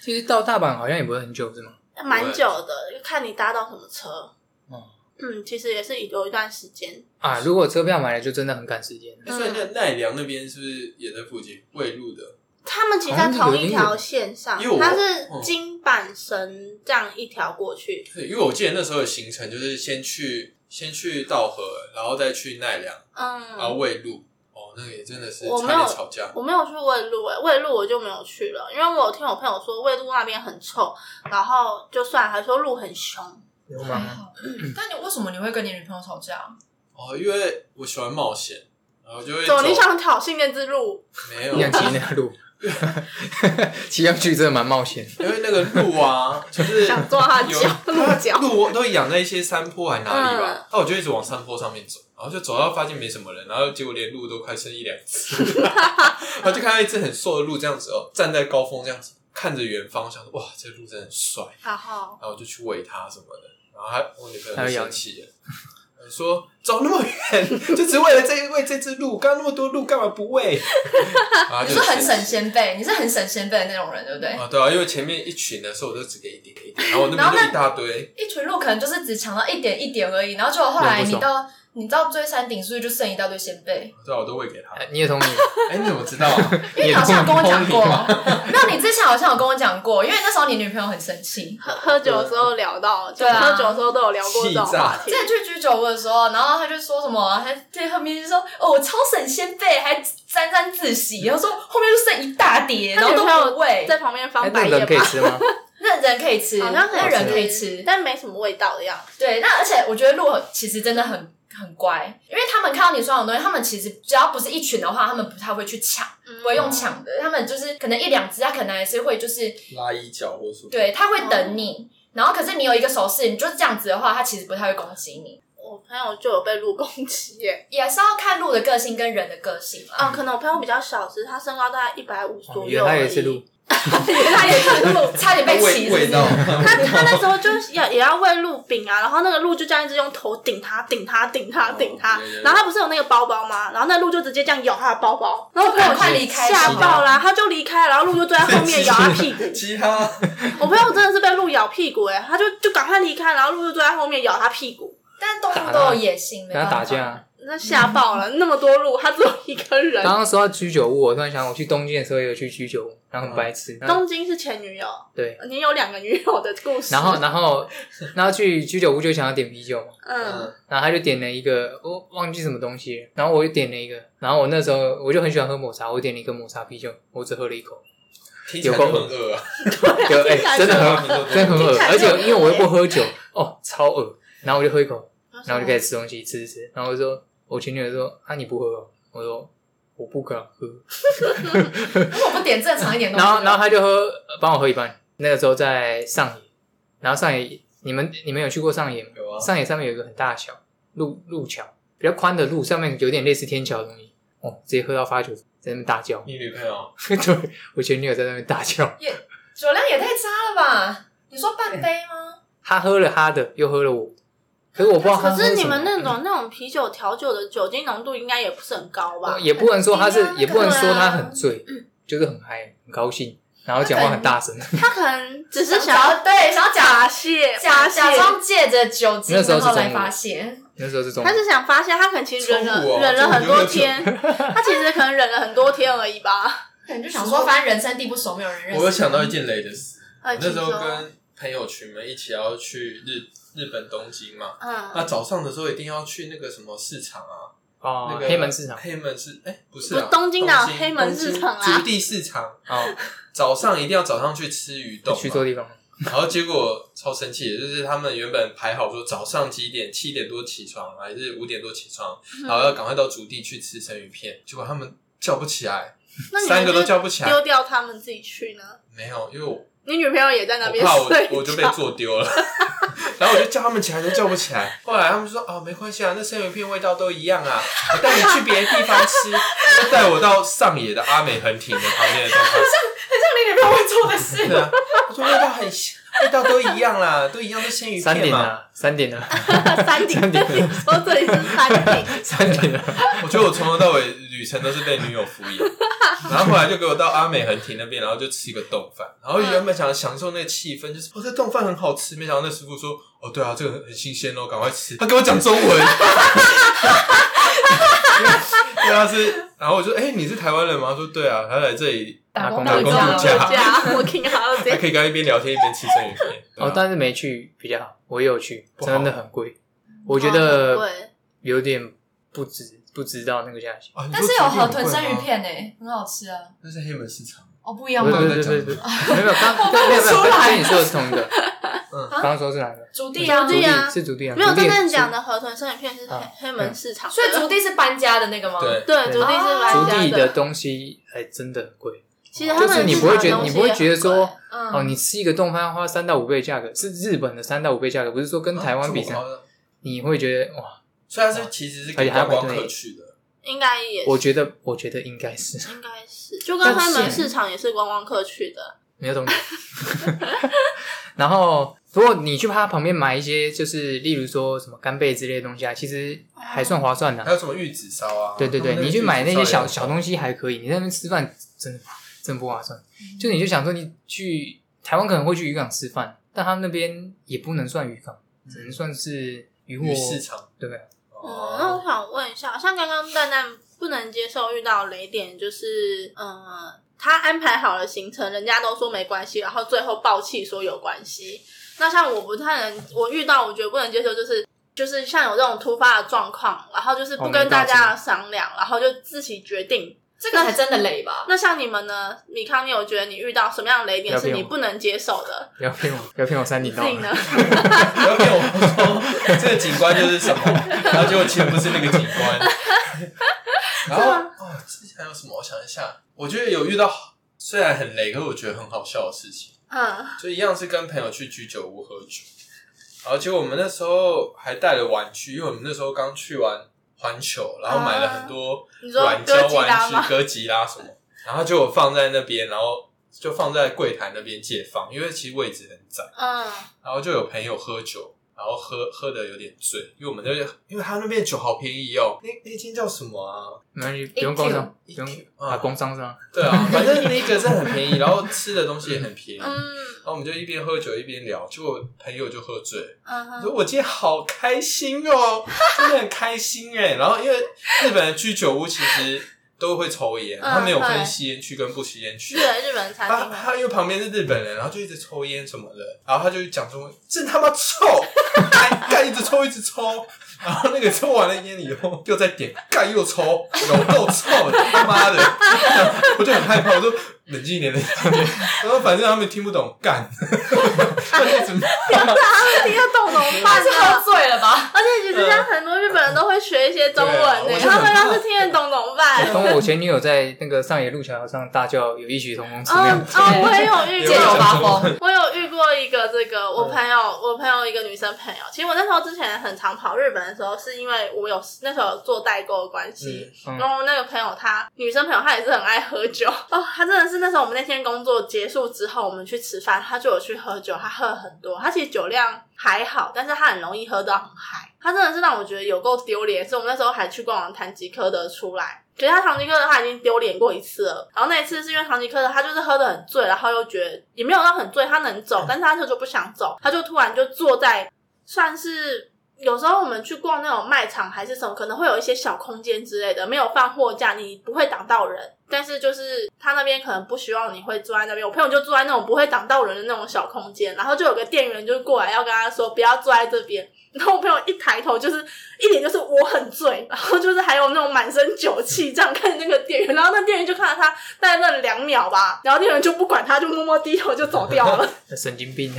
Speaker 3: 其实到大阪好像也不会很久，是吗？
Speaker 4: 蛮久的，看你搭到什么车。
Speaker 3: 嗯
Speaker 4: 嗯，其实也是有一段时间，
Speaker 3: 啊，如果车票买了，就真的很赶时间。
Speaker 4: 嗯
Speaker 2: 所以那奈良那边是不是也在附近未路的？
Speaker 4: 他们其实在同一条线上
Speaker 2: 好像有，
Speaker 4: 它
Speaker 2: 有
Speaker 4: 是
Speaker 2: 嗯
Speaker 4: 金板神这样一条过去。
Speaker 2: 对，因为我记得那时候的行程就是先去先去道和，然后再去奈良，然后
Speaker 4: 嗯，
Speaker 2: 未路。哦，那个也真的是
Speaker 4: 我没
Speaker 2: 差
Speaker 4: 有
Speaker 2: 点吵架。
Speaker 4: 我没有去卫路、欸，卫路我就没有去了，因为我有听我朋友说卫路那边很臭，然后就算了还说路很凶。
Speaker 3: 流
Speaker 1: 还
Speaker 3: 氓啊，
Speaker 1: 嗯好。但你为什么你会跟你女朋友吵架？
Speaker 2: 哦，因为我喜欢冒险，然后就会
Speaker 4: 走
Speaker 2: 走
Speaker 4: 你想挑衅那只鹿，
Speaker 2: 没有，
Speaker 3: 你想骑那路，骑上去真的蛮冒险。
Speaker 2: 因为那个鹿
Speaker 4: (laughs)
Speaker 2: 啊，就是
Speaker 4: 想抓它
Speaker 2: 有
Speaker 4: 脚鹿角
Speaker 2: 鹿都养在一些山坡还哪里吧
Speaker 4: 嗯，
Speaker 2: 那、我就一直往山坡上面走，然后就走到发现没什么人，然后结果连鹿都快剩一两只， (laughs) 然后就看到一只很瘦的鹿这样子哦，站在高峰这样子看着远方，想说哇，这鹿真的很帅，
Speaker 4: 然后
Speaker 2: 然后我就去喂它什么的，然后他我女朋
Speaker 3: 它
Speaker 2: 友
Speaker 3: 会
Speaker 2: 就
Speaker 3: 咬
Speaker 2: 生气了。呃说走那么远， (laughs) 就只为了这喂这只鹿，刚刚那么多鹿干嘛不
Speaker 4: (laughs)
Speaker 2: 喂？然后
Speaker 1: 你
Speaker 2: 就是
Speaker 1: 很
Speaker 2: 生气
Speaker 1: 省先辈，你是很省先辈的那种人，对不对？
Speaker 2: 啊，对啊，因为前面一群的时候，我就只给一点给一
Speaker 4: (laughs)
Speaker 2: 点，然后我那
Speaker 1: 然后
Speaker 2: 边
Speaker 1: 那
Speaker 2: 就一大堆，
Speaker 1: 一群鹿可能就是只抢到一点一点而已，然后结果后来
Speaker 3: 人不
Speaker 1: 你
Speaker 3: 少
Speaker 1: 到你到最山顶，是不是就剩一大堆先辈？
Speaker 2: 对啊，我都喂
Speaker 4: (laughs)
Speaker 2: 给他。
Speaker 3: 呃你也同意，
Speaker 2: 哎，你怎么知道啊？
Speaker 1: 因为你好像有跟我讲过
Speaker 3: 你也同，
Speaker 1: (laughs) 那你之前好像有跟我讲过，因为那时候你女朋友很生气。
Speaker 4: 喝喝酒的时候聊到，就
Speaker 1: 对啊
Speaker 4: 喝酒的时候都有聊过这种话题
Speaker 1: 之。前去居酒屋的时候，然后他就说什么，还对后面就说哦，我超省先辈，还沾沾自喜，然后说后面就剩一大叠，然后
Speaker 4: 他女
Speaker 1: 都
Speaker 4: 朋
Speaker 1: 不喂
Speaker 4: 友，在旁
Speaker 3: (laughs)
Speaker 4: 边
Speaker 3: 哎
Speaker 4: 翻白
Speaker 3: 那
Speaker 4: 眼
Speaker 3: 人可以
Speaker 4: 吧，
Speaker 3: 吃吗？
Speaker 1: 那人可以吃，
Speaker 4: 好像
Speaker 1: 那人可以
Speaker 4: 吃
Speaker 1: 吃，，
Speaker 4: 但没什么味道的样子。
Speaker 1: 对，那而且我觉得鹿其实真的很很乖，因为他们看到你手上的东西，他们其实只要不是一群的话，他们不太会去抢，
Speaker 4: 嗯
Speaker 1: 不会用抢的，他们就是可能一两只，他可能还是会就是
Speaker 2: 拉衣角或什
Speaker 4: (laughs)
Speaker 2: 么？
Speaker 1: 对，他会等
Speaker 4: 哦
Speaker 1: 你。然后，可是你有一个手势，你就是这样子的话，他其实不太会攻击你，
Speaker 4: 我朋友就有被鹿攻击耶。
Speaker 1: 也是要看鹿的个性跟人的个性啦。
Speaker 4: 啊，可能我朋友比较小只，他身高大概一百五左
Speaker 3: 哦原
Speaker 4: 右而已。
Speaker 3: 来也是鹿，
Speaker 1: 他也
Speaker 4: (laughs)
Speaker 1: 是鹿，差点被骑
Speaker 2: 味味道，
Speaker 4: 他他那时候就是要也要喂鹿饼啊，然后那个鹿就这样一直用头顶他、顶他、顶他、顶他
Speaker 2: 哦有有，有。
Speaker 4: 然后他不是有那个包包吗？然后那鹿就直接这样咬他的包包，然后我朋友
Speaker 1: 快离开
Speaker 4: 吓爆 (laughs) 啦，他就离开，然后鹿就坐在后面咬他屁股
Speaker 2: (laughs) 其他
Speaker 4: 我朋友真的是被鹿咬屁股哎、他就就赶快离开，然后鹿就坐在后面咬他屁股，
Speaker 1: 但动物都有野性，没
Speaker 3: 跟
Speaker 1: 办
Speaker 3: 他
Speaker 1: 法
Speaker 3: 打架。
Speaker 4: 那吓爆了，那么多鹿，他只有一个人。
Speaker 3: 刚刚说到居酒屋，我突然想，我去东京的时候也有去居酒屋，然后很白痴。然后
Speaker 4: 东京是前女友，
Speaker 3: 对，
Speaker 4: 你有两个女友的故事。
Speaker 3: 然后然后然后去居酒屋就想要点啤酒嘛，
Speaker 4: 嗯，
Speaker 3: 然后他就点了一个，我、忘记什么东西了，然后我又点了一个，然后我那时候我就很喜欢喝抹茶，我点了一个抹茶啤酒，我只喝了一 (laughs) 口，
Speaker 2: 听起来就很饿啊，
Speaker 3: 就哎、
Speaker 4: 听起来
Speaker 3: 真的
Speaker 4: 就
Speaker 3: 很恶真的很恶
Speaker 4: 听起来
Speaker 3: 而且
Speaker 4: 就很恶
Speaker 3: 因为我又不喝酒，哦，超恶，然后我就喝一口，然后就开
Speaker 4: 始
Speaker 3: 始吃东西，吃吃吃，然后我就说，我前女友说啊你不喝、哦，我说我不敢喝，
Speaker 1: 如果不点正常一点东
Speaker 3: 然
Speaker 1: 西，
Speaker 3: 后然后他就喝，呃帮我喝一半，那个时候在上野，然后上野你们你们有去过上野吗？
Speaker 2: 有啊
Speaker 3: 上野上面有一个很大的桥路路桥，比较宽的路，上面有点类似天桥的东西。哦，直接喝到发酒，在那边大叫。 (laughs)
Speaker 2: 你女朋友
Speaker 3: 对，我前女友在那边大叫，
Speaker 1: 酒量也太差了吧？你说半杯吗？
Speaker 3: 她喝了她的，又喝了我，可是我不知道她
Speaker 4: 哎可
Speaker 3: 喝什
Speaker 4: 是
Speaker 3: 么。
Speaker 4: 你们
Speaker 2: 嗯
Speaker 4: 那种那种啤酒调酒的酒精浓度应该也不是很高吧
Speaker 2: 哦
Speaker 3: 呃？也不能说她是
Speaker 1: 很低啊，
Speaker 3: 也不能说她
Speaker 1: 那个啊
Speaker 3: 很醉，
Speaker 4: 嗯
Speaker 3: 就是很嗨，很高兴，然后讲话很大声。 (laughs)
Speaker 4: 他可能只是想
Speaker 1: 想
Speaker 4: 要
Speaker 1: 要对想要假
Speaker 4: 假泄，
Speaker 1: 假
Speaker 4: 发泄
Speaker 1: 假装借着酒精，
Speaker 3: 那时候
Speaker 1: 然
Speaker 3: 是
Speaker 1: 后来
Speaker 3: 中午
Speaker 1: 发泄。
Speaker 3: 那时候是中午
Speaker 4: 他，是想发泄，他可能其实忍
Speaker 2: 中午
Speaker 4: 了
Speaker 2: 哦
Speaker 4: 忍了
Speaker 2: 中午
Speaker 4: 很多
Speaker 2: 就喝酒 (laughs)
Speaker 4: 天，他其实可能忍了很多天而已吧。
Speaker 1: 可能就想说，反正人生地不熟，没有人认识。
Speaker 2: 我有想到一件雷的事，
Speaker 4: 呃
Speaker 2: (laughs) 我那时候
Speaker 4: 请说
Speaker 2: 跟朋友群们一起要去日日本东京嘛，那
Speaker 4: 嗯，
Speaker 2: 早上的时候一定要去那个什么市场啊，
Speaker 3: 哦
Speaker 2: 那，个
Speaker 3: 黑门市场
Speaker 2: 黑门市哎不是
Speaker 4: 不
Speaker 2: 啊
Speaker 4: 是东京哪有
Speaker 2: 东
Speaker 4: 黑门市场啊
Speaker 2: 东京竹地市场，
Speaker 3: 哦，
Speaker 2: 早上一定要早上去吃鱼冻嘛，
Speaker 3: (laughs) 去错地方了。
Speaker 2: (laughs) 然后结果超生气的，就是他们原本排好说早上几点，七点多起床，还是五点多起床，
Speaker 4: 嗯
Speaker 2: 然后要赶快到竹地去吃生鱼片，结果他们叫不起来，
Speaker 4: 那你
Speaker 2: 三
Speaker 4: 们
Speaker 2: 个都叫不
Speaker 4: 就
Speaker 2: 起来
Speaker 4: 丢，掉他们自己去呢？
Speaker 2: 没有，因为我
Speaker 4: 你女朋友也在那
Speaker 2: 我
Speaker 4: 边
Speaker 2: 怕我
Speaker 4: 睡
Speaker 2: 我就被
Speaker 4: 觉
Speaker 2: 做丢了， (laughs) 然后我就叫他们起来都叫不起来，后来他们说啊、没关系啊，那生鱼片味道都一样啊，我带你去别的地方吃，就带我到上野的阿美横町的旁边的地方
Speaker 4: (laughs)
Speaker 1: 很像你女朋友会做的事。
Speaker 2: (laughs) 对啊，我说味道很像味道都一样啦，都一样都生鱼
Speaker 3: 三
Speaker 2: 片
Speaker 3: 点
Speaker 2: 嘛。
Speaker 3: 了，三点了，
Speaker 4: (laughs) 山顶，你说这里是山
Speaker 2: (laughs)
Speaker 4: 顶，
Speaker 3: (laughs) 三点了。
Speaker 2: 我觉得我从头到尾旅程都是被女友敷
Speaker 1: (laughs)
Speaker 2: 衍，然后后来就给我到阿美横町那边，然后就吃一个冻饭，然后原本想享受那个气氛，就是哦这冻饭很好吃，没想到那师傅说哦对啊，这个很很新鲜哦，赶快吃，他跟我讲中文，因 (laughs) 为他啊是，然后我就哎、你是台湾人吗？他说对啊，他来这里
Speaker 1: 打工
Speaker 3: 打
Speaker 1: 度
Speaker 3: 工
Speaker 1: 假
Speaker 2: 度假
Speaker 4: 我 (laughs) 家我听好了，直
Speaker 2: 还
Speaker 4: 接
Speaker 2: 可以跟他一边聊天一边吃生鱼片，对啊
Speaker 3: 哦，但是没去比较好，我也有去，
Speaker 2: 不好
Speaker 3: 真的很贵，我觉
Speaker 4: 哦
Speaker 3: 得
Speaker 4: 对
Speaker 3: 有点不值，不知道那个价钱。
Speaker 2: 啊你
Speaker 1: 但
Speaker 2: 说
Speaker 1: 是有
Speaker 2: 竹地
Speaker 1: 河
Speaker 2: 很
Speaker 1: 豚
Speaker 2: 贵
Speaker 1: 生鱼
Speaker 2: 吗，
Speaker 1: 片呢、很好吃啊。
Speaker 2: 那是黑门市场，
Speaker 1: 哦，不一样
Speaker 3: 对
Speaker 1: 吗？
Speaker 4: (laughs)
Speaker 3: 对对对对，没有没有，刚刚没有没有，跟你说的是同一个，
Speaker 2: 嗯
Speaker 3: 刚刚说是哪个？
Speaker 1: 竹
Speaker 3: 竹
Speaker 1: 地啊，
Speaker 4: 竹地啊
Speaker 3: 是竹地啊，
Speaker 4: 没有
Speaker 3: 竹地
Speaker 4: 真正
Speaker 3: 竹
Speaker 4: 讲的河豚生鱼片是黑
Speaker 3: 啊
Speaker 4: 黑门
Speaker 2: 嗯
Speaker 4: 市场的，
Speaker 1: 所以竹地是搬家的那个吗？
Speaker 2: 对，
Speaker 4: 对哦竹地是
Speaker 1: 啊
Speaker 4: 来
Speaker 3: 竹
Speaker 1: 搬
Speaker 4: 家
Speaker 3: 地的。东西还真的很贵
Speaker 4: 其实他们
Speaker 1: 就是你
Speaker 4: 市
Speaker 1: 不会
Speaker 4: 场
Speaker 1: 觉得
Speaker 4: 的东西
Speaker 1: 你
Speaker 3: 不会
Speaker 4: 也
Speaker 3: 觉得
Speaker 4: 很
Speaker 3: 说
Speaker 4: 贵
Speaker 1: 嗯，
Speaker 3: 哦。你吃一个冻饭要花三到五倍价格，是日本的三到五倍价格，不是说
Speaker 2: 啊
Speaker 3: 跟台湾比
Speaker 2: 这么
Speaker 3: 上，
Speaker 2: 高的
Speaker 3: 你会觉得哇？
Speaker 2: 所以它是其实是
Speaker 3: 而
Speaker 2: 给
Speaker 3: 且
Speaker 2: 观
Speaker 3: 还要买
Speaker 2: 光
Speaker 3: 对
Speaker 2: 客去的，
Speaker 4: 应该也是
Speaker 3: 我觉得，我觉得应该是
Speaker 4: 应该是，嗯就跟
Speaker 3: 但
Speaker 4: 黑
Speaker 3: 是
Speaker 4: 门市场也是观光客去的，
Speaker 3: 没有东西。 (laughs) 然后，如果你去它旁边买一些，就是例如说什么干贝之类的东西啊，其实还算划算的、
Speaker 2: 还有什么玉子烧啊？
Speaker 3: 对对对，
Speaker 2: 他们
Speaker 3: 你去买那些小小
Speaker 2: 西，
Speaker 3: 东西还可以，你在那边吃饭真的真不划算。
Speaker 2: 嗯
Speaker 3: 就你就想说，你去台湾可能会去渔港吃饭，但他们那边也不能算渔港，只能算是渔货
Speaker 2: 鱼市场
Speaker 3: 对不对？
Speaker 4: 嗯，那我
Speaker 2: 哦，
Speaker 4: 想问一下，像刚刚蛋蛋不能接受遇到雷点，就是嗯，他安排好了行程，人家都说没关系，然后最后爆气说有关系。那像我不太能，我遇到我觉得不能接受就是。就是像有这种突发的状况，然后就是不
Speaker 3: 哦
Speaker 4: 跟
Speaker 3: 没
Speaker 4: 大
Speaker 3: 告诉
Speaker 4: 家
Speaker 3: 你
Speaker 4: 商量，然后就自己决定。
Speaker 1: 这个才真的累吧？
Speaker 4: 那像你们呢，米康，你有觉得你遇到什么样的雷点
Speaker 3: 不要
Speaker 4: 是
Speaker 3: 骗
Speaker 4: 你
Speaker 3: 我
Speaker 4: 不能接受的？
Speaker 3: 不要骗我，不要骗我三啊
Speaker 4: 你
Speaker 3: 顶
Speaker 4: 自
Speaker 3: 到
Speaker 4: 己呢？
Speaker 2: 不要跟我说这个景观就是什么，然后结果其实不是那个景观。然后哦，之前还有什么？我想一下，我觉得有遇到虽然很雷，可是我觉得很好笑的事情。
Speaker 4: 嗯，
Speaker 2: 就一样是跟朋友去居酒屋喝酒，然后结果我们那时候还带了玩具，因为我们那时候刚去完环球，然后买了很多
Speaker 4: 你说
Speaker 2: 软胶
Speaker 4: 哥吉拉
Speaker 2: 玩
Speaker 4: 吗
Speaker 2: 具、？哥吉拉什么，然后就我放在那边，然后就放在柜台那边借放，因为其实位置很窄，
Speaker 4: 嗯，
Speaker 2: 然后就有朋友喝酒。然后喝喝的有点醉，因为我们那边，因为他那边酒好便宜哦，那那间叫什么啊？
Speaker 3: 没关系，不用工伤，不
Speaker 2: 一
Speaker 3: 用
Speaker 2: 啊
Speaker 3: 啊，工伤是吗？
Speaker 2: 对啊，反正那个真的很便宜，然后吃的东西也很便宜。
Speaker 4: 嗯
Speaker 2: 然后我们就一边喝酒一边聊，结果朋友就喝醉了，
Speaker 4: 嗯
Speaker 2: 我说
Speaker 4: 哼，
Speaker 2: 我今天好开心
Speaker 4: (laughs)
Speaker 2: 哦，真的很开心哎。然后因为日本的居酒屋其实都会抽烟，
Speaker 4: 嗯
Speaker 2: 他没有分吸烟区跟不吸烟区
Speaker 4: 日。本日本餐
Speaker 2: 他
Speaker 4: 厅吗，
Speaker 2: 他因为旁边是日本人，然后就一直抽烟什么的，然后他就讲中文，真他妈臭，干干一直抽一直抽，然后那个抽完了烟以后又再点，干又抽，有够臭的，他妈的， (laughs) 我就很害怕，我说冷静一点，冷静一点，然后反正他们听不懂，干， (laughs) 他就一直骂
Speaker 4: 听得懂怎么 (laughs)
Speaker 1: 他
Speaker 4: 办
Speaker 1: 是
Speaker 4: 呢？
Speaker 1: 喝 (laughs) 醉了吧？
Speaker 4: 而且其实像很多日本人都会学一些中文
Speaker 2: 对
Speaker 4: 呢，
Speaker 2: 啊
Speaker 4: 他们要是听得懂怎么办？
Speaker 3: 跟哎我前女友在那个上野路桥上大叫有异曲同工之
Speaker 4: 嗯
Speaker 3: 妙。
Speaker 4: 哦，我也有遇
Speaker 1: 借酒
Speaker 4: 过，
Speaker 1: 发疯，
Speaker 4: 我有遇过一个这个我朋友，我朋友一个女生朋友。其实我那时候之前很常跑日本的时候，是因为我有那时候有做代购的关系，
Speaker 3: 嗯
Speaker 4: 然后那个朋友她女生朋友她也是很爱喝酒 (laughs) 哦，她真的是那时候我们那天工作结束之后，我们去吃饭，她就有去喝酒，她喝了很多，她其实酒量还好，但是她很容易喝到很嗨，她真的是让我觉得有够丢脸，所以我们那时候还去逛完唐吉诃德出来。其实他唐吉诃德他已经丢脸过一次了，然后那一次是因为唐吉诃德他就是喝的很醉，然后又觉得也没有到很醉，他能走，但是他就就不想走，他就突然就坐在算是 (laughs) 有时候我们去逛那种卖场还是什么，可能会有一些小空间之类的，没有放货架，你不会挡到人。但是就是他那边可能不希望你会坐在那边，我朋友就坐在那种不会挡到人的那种小空间，然后就有个店员就过来要跟他说不要坐在这边。然后我朋友一抬头就是一脸就是我很醉，然后就是还有那种满身酒气这样看着那个店员，然后那店员就看着他大概愣了两秒吧，然后店员就不管他，就默默低头就走掉了。
Speaker 3: 神
Speaker 1: (laughs)
Speaker 3: 经病，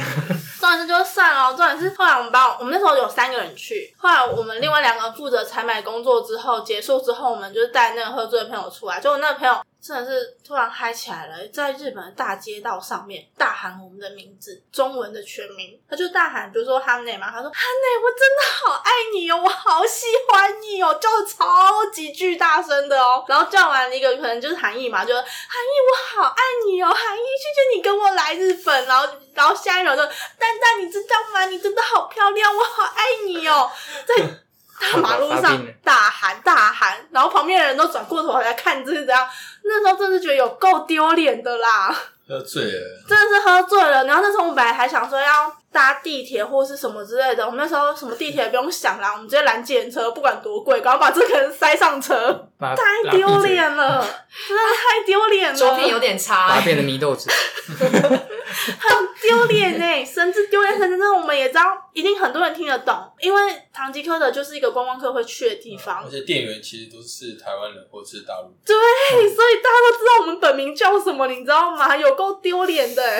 Speaker 4: 重点是就算了，重点是后来我们把我我们那时候有三个人去，后来我们另外两个人负责采买工作之后结束之后，我们就是带那个喝醉的朋友出来，就我那个朋友真的是突然嗨起来了，在日本的大街道上面大喊我们的名字，中文的全名，他就大喊，比如说哈内嘛，他说哈内，我真的好爱你哦，我好喜欢你哦，叫的超级巨大声的哦，然后叫完一个可能就是韩义嘛，就韩义我好爱你哦，韩义谢谢你跟我来日本，然后然后下一秒就蛋蛋，你知道吗？你真的好漂亮，我好爱你哦，在大马路
Speaker 3: 发
Speaker 4: 上
Speaker 3: 病了
Speaker 4: 大喊大喊，然后旁边的人都转过头来看这是怎样。那时候真的觉得有够丢脸的啦，
Speaker 2: 喝醉了，
Speaker 4: 真的是喝醉了。然后那时候我本来还想说要搭地铁或是什么之类的，我们那时候什么地铁不用想啦，我们直接拦计程车，不管多贵，赶快把这个人塞上
Speaker 2: (laughs)
Speaker 4: 车，
Speaker 3: 把
Speaker 4: 太丢，脸了，真的太丢脸了，
Speaker 1: 酒品有点
Speaker 3: 把
Speaker 1: 差欸
Speaker 3: 他，变成泥豆子。
Speaker 4: 很丢脸呢，甚至丢脸，甚至那我们也知道，一定很多人听得懂，因为唐吉诃德就是一个观光客会去的地方
Speaker 2: 嗯而，且店员其实都是台湾人或是大陆人，
Speaker 4: 对，哎所以大家都知道我们本名叫什么，你知道吗？有够丢脸的欸，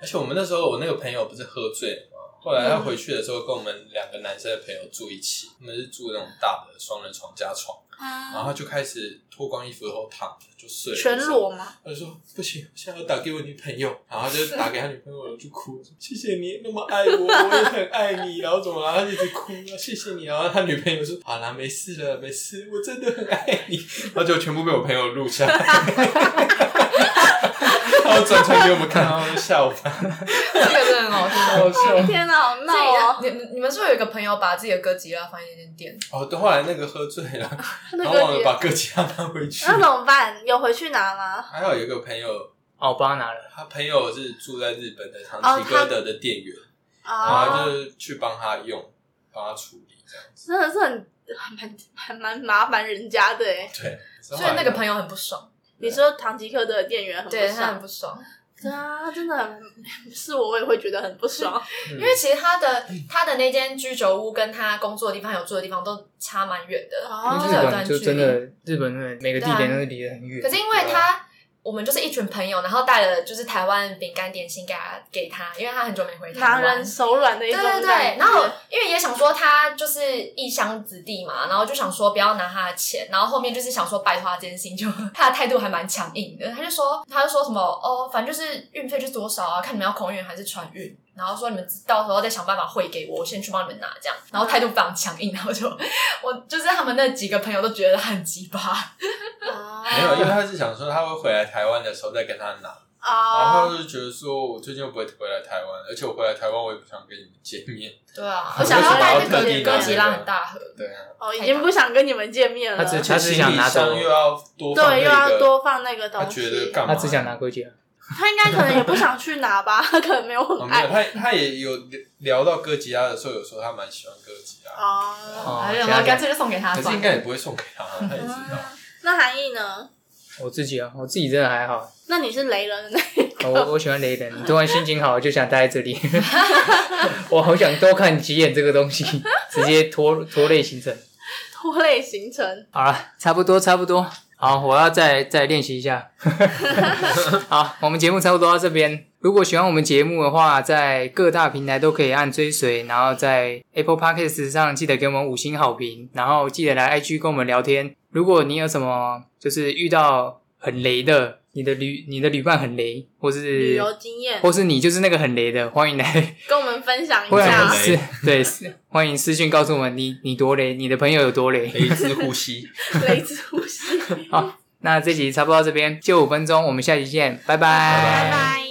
Speaker 2: 而且我们那时候我那个朋友不是喝醉了吗？后来
Speaker 4: 嗯
Speaker 2: 他回去的时候，跟我们两个男生的朋友住一起，我们是住那种大的双人床加床，然后
Speaker 4: 啊，
Speaker 2: 他就开始脱光衣服后躺着就睡了，
Speaker 4: 全裸吗？
Speaker 2: 他就说不行，我现在要打给我女朋
Speaker 4: (laughs)
Speaker 2: 友，然后就打给他女朋友，我就哭，说谢谢你那么爱我，我也很爱你，然后怎么了，然后一直哭，谢谢你，然后他女朋友说好啦，没事了，没事，我真的很爱
Speaker 4: (laughs)
Speaker 2: 你，然后就全部被我朋友录下来，然后转传给我们看，然后就笑翻，
Speaker 1: 这个真的很 (laughs) (laughs) 好笑。
Speaker 2: 好笑。
Speaker 4: 天哪，好闹哦！
Speaker 1: 你你们是不是有一个朋友把自己的歌吉拉放一间店？
Speaker 2: 哦，等后来那个喝醉了，
Speaker 4: 那
Speaker 2: 然后忘
Speaker 4: 个
Speaker 2: 了
Speaker 4: 也
Speaker 2: 把各家拿回去。
Speaker 4: 那怎么办？有回去拿吗？
Speaker 2: 还好有一个朋友，
Speaker 3: 哦，我帮他拿了。
Speaker 2: 他朋友是住在日本的唐
Speaker 4: 哦
Speaker 2: 吉
Speaker 4: 他
Speaker 2: 诃德的店员，然后他
Speaker 4: 啊，
Speaker 2: 就是去帮他用，帮他处理这样子。
Speaker 4: 真的是很很蛮蛮麻烦人家的哎。
Speaker 2: 对，
Speaker 1: 所以那个朋
Speaker 2: 友
Speaker 1: 友很不爽，
Speaker 4: 你说唐吉诃德的店员很
Speaker 1: 对他
Speaker 4: 不
Speaker 1: 很
Speaker 4: 爽，
Speaker 1: 不爽，
Speaker 4: 对啊，真的很是我，我也会觉得很不爽。
Speaker 1: 因为其实他的他的那间居酒屋跟他工作的地方、有住的地方都差蛮远的，
Speaker 4: 哦
Speaker 1: 就
Speaker 3: 日
Speaker 1: 是有一
Speaker 3: 本
Speaker 1: 段
Speaker 3: 就
Speaker 1: 距
Speaker 3: 真
Speaker 1: 离。
Speaker 3: 的，日本那每个地点都是离得很远。啊
Speaker 1: 可是因为他，我们就是一群朋友，然后带了就是台湾饼干点心给他给他，因为他很久没回
Speaker 4: 拿
Speaker 1: 台湾
Speaker 4: 人。手软的一
Speaker 1: 对
Speaker 4: 种
Speaker 1: 对
Speaker 4: 感
Speaker 1: 对
Speaker 4: 觉。，
Speaker 1: 然后因为也想说他就是异乡子弟嘛，然后就想说不要拿他的钱，然后后面就是想说拜托他这件事情，就 (laughs) 他的态度还蛮强硬的，他就说他就说 (laughs) 什么哦，反正就是运费就是多少啊，看你们要空运还是船运，然后说你们到时候再想办法汇给我，我先去帮你们拿这样，然后态度非常强硬，然后就我就是他们那几个朋友都觉得他很鸡巴，
Speaker 4: 哦
Speaker 2: 没有，因为他是想说他会回来台湾的时候再跟他拿，然后他
Speaker 4: 啊，
Speaker 2: 就觉得说我最近又不会回来台湾，而且我回来台湾我也不想跟你们见面。
Speaker 1: 对啊，
Speaker 2: 我
Speaker 1: 而且还
Speaker 4: 想
Speaker 1: 要
Speaker 4: 说
Speaker 1: 带
Speaker 4: 我要
Speaker 1: 那
Speaker 4: 特
Speaker 1: 个
Speaker 4: 地
Speaker 1: 哥
Speaker 4: 拿
Speaker 1: 吉
Speaker 2: 那
Speaker 1: 拉
Speaker 2: 个
Speaker 1: 很大盒，
Speaker 2: 对啊，
Speaker 4: 哦，已经不想跟你们见面
Speaker 3: 他
Speaker 4: 了。
Speaker 3: 只
Speaker 2: 他
Speaker 3: 他只想拿
Speaker 2: 行
Speaker 3: 走
Speaker 2: 李，上又要多放
Speaker 4: 对
Speaker 2: 那，
Speaker 4: 又要
Speaker 2: 个
Speaker 4: 多放那个东
Speaker 2: 他
Speaker 4: 西。
Speaker 2: 觉得干嘛？
Speaker 3: 他只想拿归结。
Speaker 4: 他应该可能也不想去拿吧，他可能没有
Speaker 2: 哦，
Speaker 4: 很
Speaker 2: 没有，
Speaker 4: 爱
Speaker 2: 他他也有聊到哥吉拉的时候，有时候他蛮喜欢哥吉拉，
Speaker 4: 哦。
Speaker 3: 哦
Speaker 1: 哎，
Speaker 3: 现
Speaker 1: 然
Speaker 3: 在
Speaker 1: 后干脆就送给他
Speaker 2: 可是应
Speaker 1: 算
Speaker 2: 该
Speaker 1: 了。
Speaker 2: 也不会送给他，他也知
Speaker 4: 嗯
Speaker 2: 道。
Speaker 4: 那韩毅呢？
Speaker 3: 我自己啊，我自己真的还好。
Speaker 4: 那你是雷人的 (laughs) 那
Speaker 3: 哦我我喜欢雷人，
Speaker 1: (laughs)
Speaker 3: 你突然心情好，我就想待在这里。 (laughs) 我好想多看几眼这个东西，直接拖拖累行程。
Speaker 4: 拖累行程，
Speaker 3: 好了，差不多差不多。好，我要再再练习一下。好，我们节目差不多到这边。如果喜欢我们节目的话，在各大平台都可以按追随，然后在 Apple Podcast 上记得给我们五星好评，然后记得来 IG 跟我们聊天。如果你有什么就是遇到很雷的，你的旅你的旅伴很雷，或
Speaker 4: 旅
Speaker 3: 是
Speaker 4: 游经验
Speaker 3: 或是你就是那个很雷的，欢迎
Speaker 4: (laughs)
Speaker 3: 来，
Speaker 4: 跟我们分享一
Speaker 3: 欢迎
Speaker 4: 下
Speaker 2: 很。
Speaker 3: 私对私欢迎私讯告诉我们你你多雷，你的朋友有多雷。
Speaker 2: 雷之呼吸，
Speaker 4: 雷之呼吸，
Speaker 3: (laughs) 好，那这集差不多到这边，就五分钟，我们下期见，拜拜
Speaker 2: 拜
Speaker 4: 拜拜。